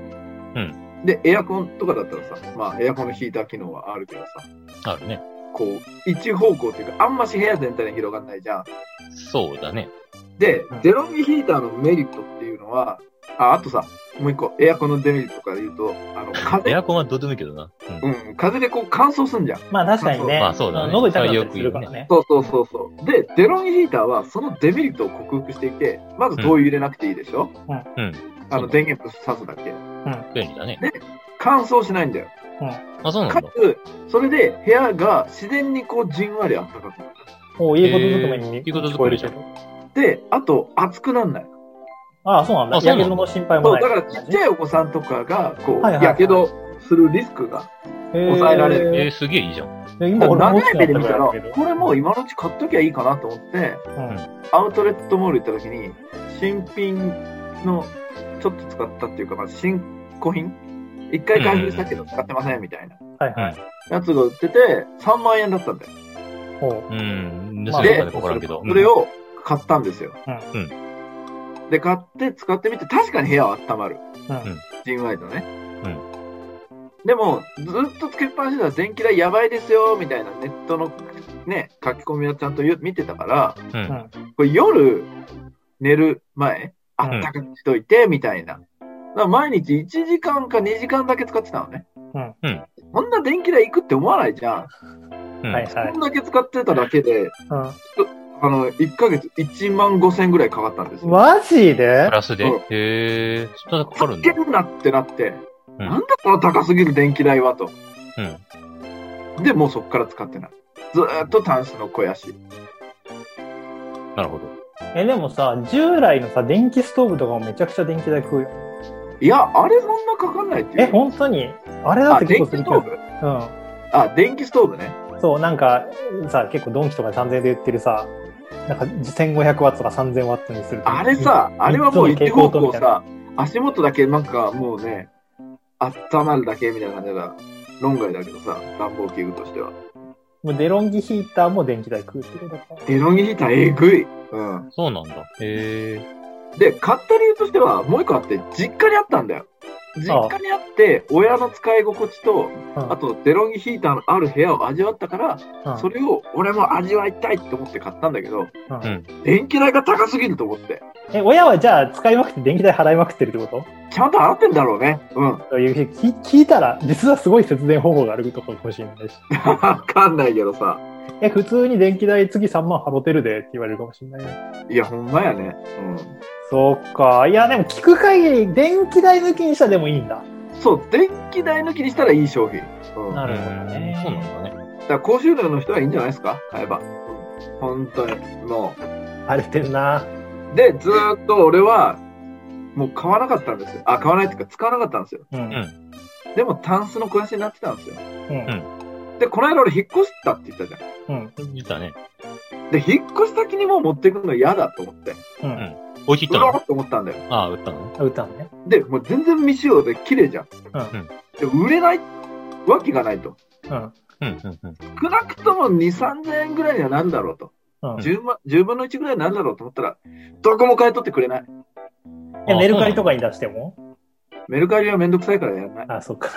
Speaker 1: で、エアコンとかだったらさ、まあエアコンのヒーター機能はあるけどさ、
Speaker 3: あるね。
Speaker 1: こう、一方向っていうか、あんまし部屋全体に広がんないじゃん。
Speaker 3: そうだね。
Speaker 1: で
Speaker 2: うん、
Speaker 1: デロンギヒーターのメリットっていうのは、あ、あとさ、もう一個、エアコンのデメリットから言うと、あ
Speaker 2: *laughs*
Speaker 1: の、風
Speaker 3: エアコンはどうでもいいけどな。うん
Speaker 1: うん、風でこう乾燥すんじゃん。
Speaker 2: まあ確かにね。
Speaker 3: まあそうだね
Speaker 2: 喉痛くなったりするから
Speaker 3: それ
Speaker 2: ね。
Speaker 1: そうそうそうそう。で、デロンギヒーターはそのデメリットを克服していて、まず灯油入れなくていいでしょ、
Speaker 3: うんうん
Speaker 1: あの、電源さすだけ。
Speaker 3: 便利だね。
Speaker 1: 乾燥しないんだよ。
Speaker 3: あ、そうな
Speaker 1: か
Speaker 3: んだ。
Speaker 1: つ、それで部屋が自然にこうじんわり暖かくなる。
Speaker 2: もういいことずくめに
Speaker 3: いいことず
Speaker 2: 聞
Speaker 3: く
Speaker 2: こ
Speaker 3: め
Speaker 2: え
Speaker 3: で
Speaker 2: る
Speaker 3: しょ
Speaker 2: けど。
Speaker 1: で、あと、熱くなんない。
Speaker 2: ああ、そうなんだ。
Speaker 3: あそ
Speaker 2: や
Speaker 3: うなんだ
Speaker 2: けどの心配
Speaker 1: そう、
Speaker 2: もな
Speaker 1: だ
Speaker 2: い。
Speaker 1: からちっちゃいお子さんとかが、こう、
Speaker 2: はいはいはい
Speaker 1: やけどするリスクが。抑えられる
Speaker 3: え
Speaker 2: る
Speaker 3: ー、。すげえいいじゃん。
Speaker 2: で今俺
Speaker 1: 長
Speaker 2: も
Speaker 1: い目で見たら、
Speaker 2: 欲しくなったぐいだけど
Speaker 1: これもう今のうち買っときゃいいかなと思って、アウトレットモール行った時に、新品のちょっと使ったっていうか、まあ、新古品一回開封したけど使ってませんみたいな
Speaker 2: うん。はいはい。
Speaker 1: やつが売ってて、3万円だったんだよ。
Speaker 2: ほう
Speaker 3: うん。
Speaker 2: まあ
Speaker 3: 盗み
Speaker 1: で
Speaker 3: か、かからんけど。
Speaker 1: それを買ったんですよ。
Speaker 2: うん
Speaker 1: で、買って使ってみて、確かに部屋は温まる。
Speaker 2: うん
Speaker 1: じんわりとね。でも、ずっとつけっぱなしだら電気代やばいですよ、みたいなネットのね、書き込みをちゃんとよ見てたから、
Speaker 3: うん。うん
Speaker 1: これ夜寝る前、あ
Speaker 3: うん
Speaker 1: ったかくしといて、みたいな。だから毎日1時間か2時間だけ使ってたのね。
Speaker 2: うん
Speaker 3: うん
Speaker 1: こんな電気代いくって思わないじゃん。
Speaker 3: うん
Speaker 2: はいはい
Speaker 1: こん。だけ使ってただけで、あの、1ヶ月1万5千ぐらいかかったんです
Speaker 2: うん。
Speaker 1: よ。
Speaker 2: マジ
Speaker 3: プ
Speaker 2: で
Speaker 3: ラスで
Speaker 1: うん。
Speaker 3: へえ。そんなかか
Speaker 1: か
Speaker 3: るん
Speaker 1: け
Speaker 3: だ。
Speaker 1: るなってなって、
Speaker 3: うん
Speaker 1: なんだこの高すぎる電気代はと。
Speaker 3: うん。
Speaker 1: で、もうそっから使ってない。ずーっと端子の肥やし。
Speaker 3: なるほど。
Speaker 2: え、でもさ、従来のさ、電気ストーブとかもめちゃくちゃ電気代食うよ。
Speaker 1: いや、あれそんなかかんないっていう。
Speaker 2: え、本当にあれだっ
Speaker 1: あ、
Speaker 2: て
Speaker 1: 電
Speaker 2: 結
Speaker 1: 気ス
Speaker 2: 構す
Speaker 1: ト
Speaker 2: るけ
Speaker 1: ー
Speaker 2: ど。
Speaker 1: ブ
Speaker 2: う
Speaker 1: あ、電気ストーブね。
Speaker 2: ん。そう、なんか、さ、結構ドンキとかで3000円で売ってるさ、なんか1500ワットとか3000ワットにすると
Speaker 1: あれさ、あれはもう一方向さ、足元だけなんかもうね、温まるだけみたいな感じだから、論外だけどさ、暖房器具としては。
Speaker 2: もうデロンギヒーターも電気代食うってことか。
Speaker 1: デロンギヒーターえぐい。うん。
Speaker 3: そうなんだ。へえ。
Speaker 1: で、買った理由としては、もう一個あって、実家にあったんだよ。実家にあって、親の使い心地と、
Speaker 2: うん
Speaker 1: あとデロンギヒーターのある部屋を味わったから、
Speaker 2: うん
Speaker 1: それを俺も味わいたいと思って買ったんだけど、
Speaker 2: うん
Speaker 3: ん
Speaker 1: 電気代が高すぎると思って。
Speaker 2: え、親はじゃあ使いまくって電気代払いまくってるってこと
Speaker 1: ちゃんと払ってんだろうね。うん。
Speaker 2: という聞聞いたら、実はすごい節電方法があることかもしれ *laughs* ないし。
Speaker 1: わかんないけどさ。
Speaker 2: え、普通に電気代次3万払ってるでって言われるかもしれないよ。
Speaker 1: いや、ほんまやね。うん。
Speaker 2: そっか。いや、でも聞く限り、電気代抜きにしたらでもいいんだ。
Speaker 1: そう、電気代抜きにしたらいい商品。うん、だ
Speaker 2: な
Speaker 1: か
Speaker 2: るほどね
Speaker 3: うんそうなんだね。
Speaker 1: ら高収入の人はいいんじゃないですか買えば。本当に。も
Speaker 2: 荒れてんな。
Speaker 1: う。で、ずーっと俺は、もう買わなかったんですよ。あ、買わないっていうか、使わなかったんですよ。
Speaker 2: うん。
Speaker 3: うん
Speaker 1: でも、タンスの肥やしになってたんですよ。
Speaker 2: うん。
Speaker 1: で、この間俺引っ越したって言ったじゃ
Speaker 2: うん。
Speaker 3: 実はね。
Speaker 1: ん。で、引っ越し先にもう持ってくの嫌だと思って。
Speaker 2: うん。
Speaker 3: 置い
Speaker 1: う
Speaker 3: ていった
Speaker 1: わ
Speaker 3: の
Speaker 1: ーって思ったんだよ。
Speaker 3: ああ、売ったのね。
Speaker 2: あ歌のね。
Speaker 1: で、もう全然未使用で綺麗じゃん。
Speaker 2: うん
Speaker 1: で売れないわけがないと。
Speaker 2: うん。
Speaker 3: うん、うん、うん。
Speaker 1: 少なくとも2、3000円ぐらいにはなんだろうと。
Speaker 2: うん。
Speaker 1: 10, 万10分の1ぐらいになんだろうと思ったら、どこも買い取ってくれない。
Speaker 2: えメルカリと
Speaker 3: か。
Speaker 2: かに出しても
Speaker 1: メルカリはめんどくさいからやらない。
Speaker 2: あ、そっか。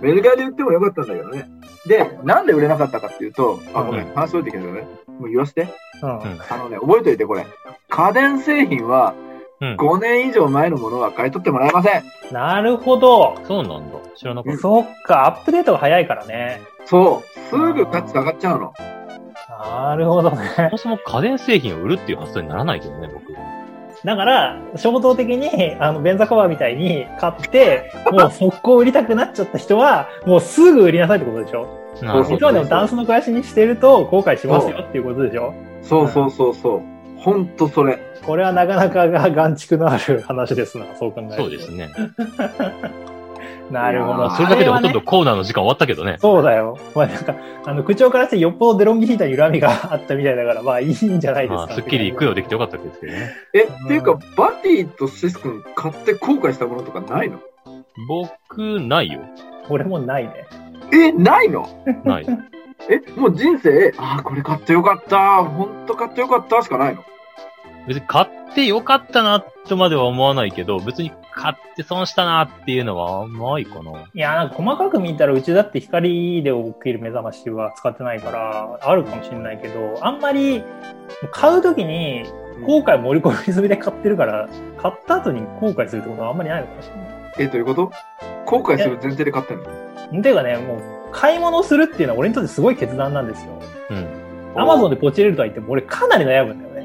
Speaker 1: メルカリで売ってもよかったんだけどね。で、なんで売れなかったかっていうと、あ、ごめん、話しといていけないけどね。もう言わせて。
Speaker 2: うん。
Speaker 1: あのね、覚えといてこれ。家電製品は
Speaker 3: うん
Speaker 1: 5年以上前のものは買い取ってもらえません。
Speaker 2: なるほど。
Speaker 3: そうなんだ。知らなかっ
Speaker 2: そっか、アップデートが早いからね。
Speaker 1: そう。すぐ価値上がっちゃうの。
Speaker 2: なるほど
Speaker 3: た。
Speaker 2: ね
Speaker 3: そ。もそも家電製品を売るっていう発想にならないけどね、僕。
Speaker 2: だから、衝動的に、あの、便座カバーみたいに買って、
Speaker 3: *laughs*
Speaker 2: もう速攻売りたくなっちゃった人は、もうすぐ売りなさいってことでしょ
Speaker 3: なる
Speaker 1: そう
Speaker 3: ほ
Speaker 2: いつ
Speaker 3: ど。
Speaker 2: までもダンスの肥やしにしてると後悔しますよっていうことでしょ
Speaker 1: そうそうそうそう。ほんとそれ。
Speaker 2: これはなかなかが眼蓄のある話ですな、そう考えると。
Speaker 3: そうです。ね。
Speaker 2: なるほ
Speaker 1: ま
Speaker 2: ど。
Speaker 3: まあ、それだけでほとん
Speaker 2: あは
Speaker 3: ど
Speaker 2: ね。
Speaker 3: コーナーの時間終わったけどね。
Speaker 2: そうだよ。まあなんか、あの、口調からしてよっぽどデロンギ引いた恨みがあったみたいだから、まあいいんじゃないです
Speaker 3: ま
Speaker 2: か。
Speaker 3: あ、すっきり行くよできてよかったですけどね。
Speaker 1: え、
Speaker 2: うん
Speaker 1: っていうか、バティとシス君買って後悔したものとかないの
Speaker 3: 僕、ないよ。
Speaker 2: 俺もないね。
Speaker 1: え、ないの
Speaker 3: ない。 *laughs*
Speaker 1: え、もう人生、あーこれ買ってよかった、ほんと買ってよかったしかないの。
Speaker 3: 別に買ってよかったなとまでは思わないけど、別に買って損したなっていうのはないかな。
Speaker 2: いや、なんか細かく見たらうちだって光で起きる目覚ましは使ってないから、あるかもしれないけど、あんまり買うときに後悔盛り込み済みで買ってるから、買った後に後悔するってことはあんまりないのかもしれない。
Speaker 1: え、どういうこと後悔する前提で買ってんの
Speaker 2: ていうかね、もう、買い物をするっていうのは俺にとってすごい決断なんですよ。
Speaker 3: うん。
Speaker 2: アマゾンでポチれるとは言っても俺かなり悩むんだよね。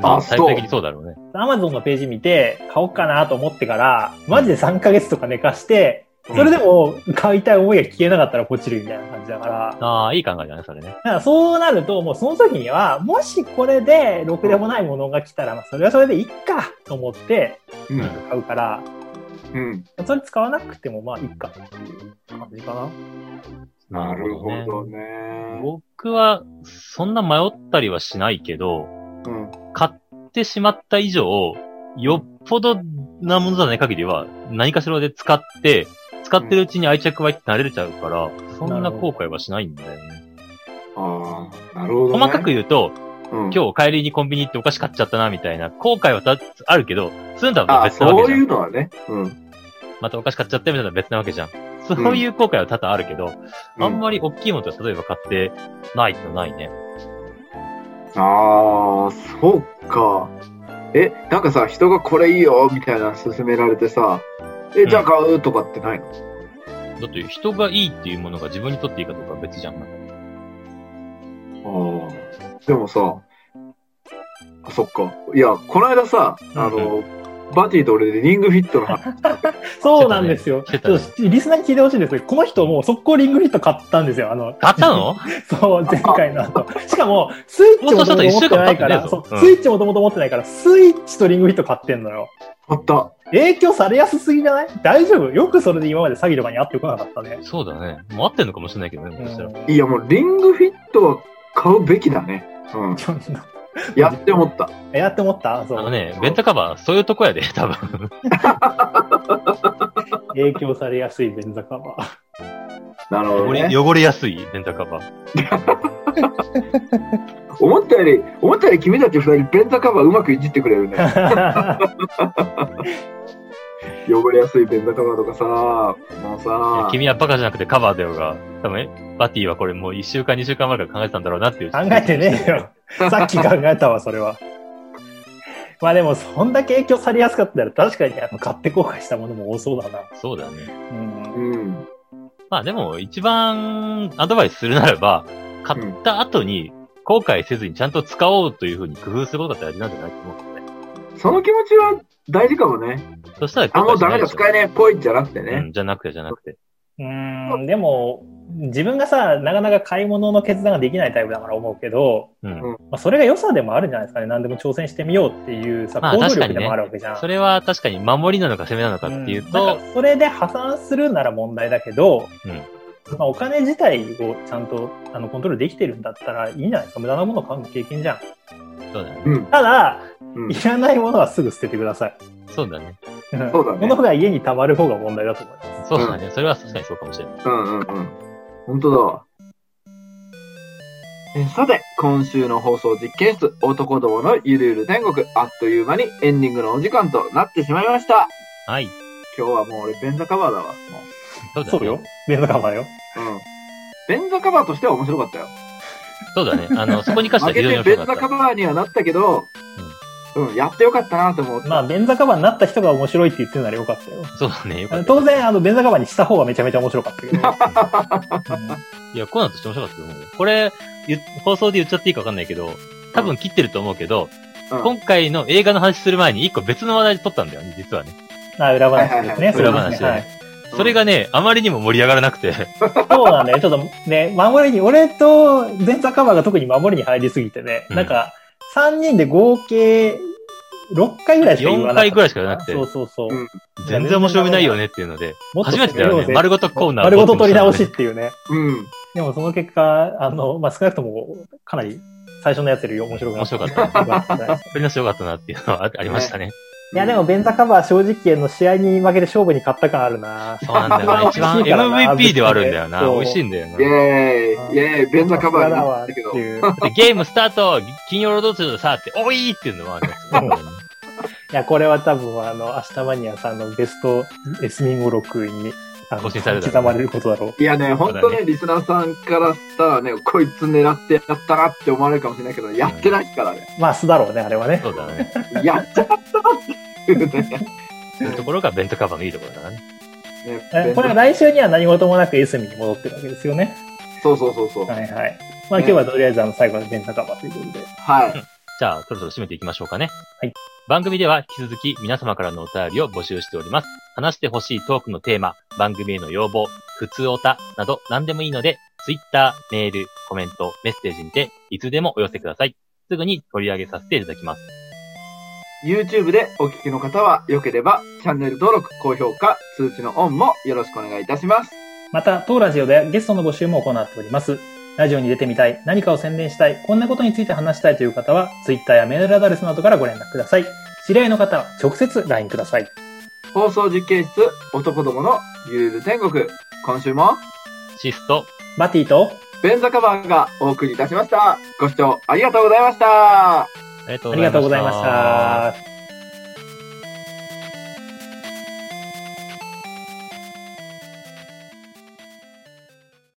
Speaker 3: ま
Speaker 1: あ
Speaker 3: あ、
Speaker 1: そう
Speaker 3: 最終的にそうだろうね。
Speaker 2: アマゾンのページ見て、買おうかなと思ってから、マジで3ヶ月とか寝かして、それでも買いたい思いが消えなかったらポチるみたいな感じだから、だか
Speaker 3: ああ、いい考えだね、それね。
Speaker 2: ら *laughs* そうなるともうその時には、もしこれでろくでもないものが来たら、まあそれはそれでいいかと思って
Speaker 1: うん。
Speaker 2: 買うから、
Speaker 1: うん。
Speaker 2: それ使わなくてもまあいいかっていう感じかな。
Speaker 1: なるほ
Speaker 3: ね
Speaker 1: どね。
Speaker 3: 僕は、そんな迷ったりはしないけど、
Speaker 1: うん。
Speaker 3: 買ってしまった以上、よっぽどなものじゃない限りは、何かしらで使って、使ってるうちに愛着湧いて慣れちゃうから、そんな後悔はしないんだよね。
Speaker 1: ああ、なるほど、ね。
Speaker 3: 細かく言うと、
Speaker 1: うん、
Speaker 3: 今日帰りにコンビニ行ってお菓子買っちゃったな、みたいな、後悔はたあるけど、そういうの
Speaker 1: あ
Speaker 3: は
Speaker 1: あ、
Speaker 3: 別なわけ
Speaker 1: そう
Speaker 3: じゃ。
Speaker 1: いうんのはね。うん。
Speaker 3: またお菓子買っちゃったみたいなのは別なわけじゃん。そういう後悔は多々あるけど、あんまり大きいものは例えば買ってないとないね。
Speaker 1: ああ、そうか。え、なんかさ、人がこれいいよ、みたいなの勧められてさ、え、じゃあ買うとかってないの、
Speaker 3: だって人がいいっていうものが自分にとっていいかどうかは別じゃん。
Speaker 1: ああ。でもさ、あそっか。いや、この間さ、あの、バティと俺でリングフィットの話、
Speaker 3: *laughs*
Speaker 2: そうなんですよ。
Speaker 3: してたね
Speaker 2: ちょっとリスナーに聞いてほしいんですけど、この人もう速攻リングフィット買ったんですよ。あの、
Speaker 3: 買った
Speaker 1: *laughs*
Speaker 3: の
Speaker 2: そう、前回の後。しかも、スイッチもともと持ってないから、
Speaker 3: 放
Speaker 2: そ
Speaker 3: 送
Speaker 2: う
Speaker 3: したら一週間経ってね
Speaker 2: スイッチもともと持ってないから、スイッチとリングフィット買ってんのよ。
Speaker 1: あった。
Speaker 2: 影響されやすすぎじゃない大丈夫よくそれで今まで詐欺とかに遭ってこなかったね。
Speaker 3: そうだね。もう合ってんのかもしれないけどね、もしかしたら。
Speaker 1: いや、もうリングフィットは買うべきだね。うん。
Speaker 2: ちょっと
Speaker 1: やって思った。
Speaker 2: えやって思ったそ
Speaker 3: あの
Speaker 2: う。
Speaker 3: ね、ベンタカバー、そういうとこやで、 *laughs* 多分。
Speaker 2: 影響されやすい便座カバー。
Speaker 1: なるほど、
Speaker 3: 汚
Speaker 1: ね
Speaker 3: れ。汚れやすい、ベンタカバー。
Speaker 1: 思ったより、思ったより君たち二人、ベンザカバーうまくいじってくれるね。汚れやすいベンザカバーとかさ、もうさ、
Speaker 3: 君はバカじゃなくてカバーだよが、多分ね、バティはこれもう1週間、2週間前から考えてたんだろうなってい
Speaker 2: *laughs*
Speaker 3: う。
Speaker 2: 考えてねえ
Speaker 3: *laughs*
Speaker 2: よ。さっき考えたわ、それは。まあでも、そんだけ影響されやすかったら、確かにあの買って後悔したものも多そうだな。
Speaker 3: そうだね。
Speaker 2: うん。
Speaker 1: うん。
Speaker 3: まあでも、一番アドバイスするならば、買った後に後悔せずにちゃんと使おうというふうに工夫することが大事なんじゃないと思うけどね。
Speaker 1: その気持ちは大事かもね。
Speaker 3: そしたら
Speaker 1: あ、
Speaker 3: 後
Speaker 1: も
Speaker 3: 悔
Speaker 1: う
Speaker 3: し
Speaker 1: ダ
Speaker 3: ない
Speaker 1: メ
Speaker 3: で
Speaker 1: だ、
Speaker 3: しょ
Speaker 1: 使えねえ、ぽいじゃなくて
Speaker 3: う
Speaker 1: ね。
Speaker 3: ん、じゃなくてじゃなくて。
Speaker 2: うーん、でも、自分がさ、なかなか買い物の決断ができないタイプだから思うけど、
Speaker 3: うん。
Speaker 1: うん
Speaker 2: まあ、それが良さでもあるんじゃないですかね。何でも挑戦してみようっていうさ、
Speaker 3: まあ
Speaker 2: 行動
Speaker 3: 確
Speaker 2: 力
Speaker 3: かに
Speaker 2: で
Speaker 3: ね
Speaker 2: もあるわけじゃん。
Speaker 3: それは確かに守りなのか攻めなのかっていう
Speaker 2: うんな
Speaker 3: と
Speaker 2: ん、かそれで破産するなら問題だけど、まあ、お金自体をちゃんとあのコントロールできてるんだったらいいんじゃないですか。無駄なものを買うの経験じゃん。
Speaker 3: そうだね。
Speaker 1: うん。
Speaker 2: ただ、
Speaker 1: うん
Speaker 2: いらないものはすぐ捨ててください。
Speaker 3: そうだね。
Speaker 1: *laughs* そうだね
Speaker 2: 物が家に溜まる方が問題だと思います。
Speaker 3: そうだね。それは確かにそうかもしれない。
Speaker 1: うんうんうん。本当だわ。えさて、今週の放送実験室、男どものゆるゆる天国、あっという間にエンディングのお時間となってしまいました。
Speaker 3: はい。
Speaker 1: 今日はもう俺、便座カバーだわ。も
Speaker 3: そうだ
Speaker 2: そう
Speaker 3: ね
Speaker 2: よ。。レンズカバーよ。
Speaker 1: ううん。便座カバーとしては面白かったよ。
Speaker 3: そうだね。あの、そこ *laughs* に関して
Speaker 1: 負
Speaker 3: は非
Speaker 1: け
Speaker 3: 常に
Speaker 1: て
Speaker 3: 面白
Speaker 1: 便
Speaker 3: か
Speaker 1: 座
Speaker 3: っ
Speaker 1: カ
Speaker 3: た。
Speaker 1: バーにはなったけど、うん、やってよかったなと思って。
Speaker 2: まあ、便座カバーになった人が面白いって言ってるならよかったよ。
Speaker 3: そうだね。よ
Speaker 2: あ
Speaker 3: かっ
Speaker 2: の
Speaker 3: た。
Speaker 2: 当然、あの、便座カバーにした方がめちゃめちゃ面白かったけ
Speaker 3: *laughs*
Speaker 2: ど。
Speaker 3: いや、コーナーとして面白かったと思うよ。これ、言放送で言っちゃっていいかわかんないけど、多分切ってると思うけど、
Speaker 1: うん
Speaker 3: 今回の映画の話する前に一個別の話題取ったんだよね、実はね。
Speaker 2: あ、裏話ですね。
Speaker 1: はいはいはい
Speaker 2: そうですね
Speaker 3: 裏話
Speaker 2: はい。
Speaker 3: それがね、あまりにも盛り上がらなくて、
Speaker 2: そうなんだよ。ちょっとね、守りに、俺と前座カバーが特に守りに入りすぎてね、
Speaker 3: うん
Speaker 2: なんか、3人で合計6回ぐらいしか言わなかった
Speaker 3: 4回ぐらいしか言わなくて
Speaker 2: そう、そうそう。
Speaker 1: うん
Speaker 3: 全然面白みないよねっていうので、
Speaker 2: もっと
Speaker 3: 初めてだよ
Speaker 2: 攻めよ
Speaker 3: ね
Speaker 2: う。ぜ
Speaker 3: 丸ごとコーナー
Speaker 2: 丸ごと取り直しっ
Speaker 3: 取って
Speaker 2: いうね。
Speaker 1: うん。
Speaker 2: でもその結果、あの、まあ、少なくとも、かなり最初のやつより面白くな
Speaker 3: 面白かった
Speaker 2: 良じゃないですか
Speaker 3: り直しよかったなっていうのはあありましたね。
Speaker 2: *laughs* いや、でも、ベンザカバー正直の試合に負けて勝負に勝った感あるな
Speaker 3: そうなんだよな。一番 MVP ではあるんだよな。美味しいんだよな。
Speaker 1: イェ
Speaker 3: で
Speaker 1: ーイ、イェーイ、便座カバーに
Speaker 2: だ
Speaker 1: な
Speaker 2: わ
Speaker 1: っ
Speaker 2: って
Speaker 1: た
Speaker 2: い
Speaker 1: けど。
Speaker 2: う。
Speaker 3: ゲームスタート金曜ロードショーでさって、おいーっていうのはあるんですよ
Speaker 2: うんいや、これは多分、あの、明日マニアさんのベストエスミン語録に、あの
Speaker 3: 更新されるだろう
Speaker 2: 刻まれることだろう。
Speaker 1: いやね、本当ね、リスナーさんからしたらね、こいつ狙ってやったなって思われるかもしれないけど、やってないからね。
Speaker 2: まあ、素だろうね、あれはね。
Speaker 3: そうだね。
Speaker 1: やっちゃったっていうね。
Speaker 3: そういうところがベントカバーのいいところだな。
Speaker 2: *laughs* え
Speaker 1: ね
Speaker 2: これは来週には何事もなくエスミンに戻ってるわけですよね。
Speaker 1: そうそうそうそう。
Speaker 2: はいはい。まあ、今日はとりあえず、あの、最後のベンザカバーということで。
Speaker 1: はい。
Speaker 3: じゃあ、そろそろ締めていきましょうかね。
Speaker 2: はい。
Speaker 3: 番組では引き続き皆様からのお便りを募集しております。話してほしいトークのテーマ、番組への要望、普通おたなど何でもいいので、Twitter、メール、コメント、メッセージにて、いつでもお寄せください。すぐに取り上げさせていただきます。
Speaker 1: YouTube でお聞きの方は、良ければ、チャンネル登録、高評価、通知のオンもよろしくお願いいたします。
Speaker 2: また、当ラジオではゲストの募集も行っております。ラジオに出てみたい、何かを宣伝したい、こんなことについて話したいという方は、Twitter やメールアドレスなどからご連絡ください。知り合いの方は直接 LINE ください。
Speaker 1: 放送実験室、男どものゆるゆる天国。今週も、
Speaker 3: シスト、
Speaker 2: バティと、
Speaker 1: ベンザカバーがお送りいたしました。ご視聴ありがとうございました。
Speaker 3: ありがとう
Speaker 2: あり
Speaker 3: ございまし
Speaker 2: が
Speaker 3: た。
Speaker 2: とうございました。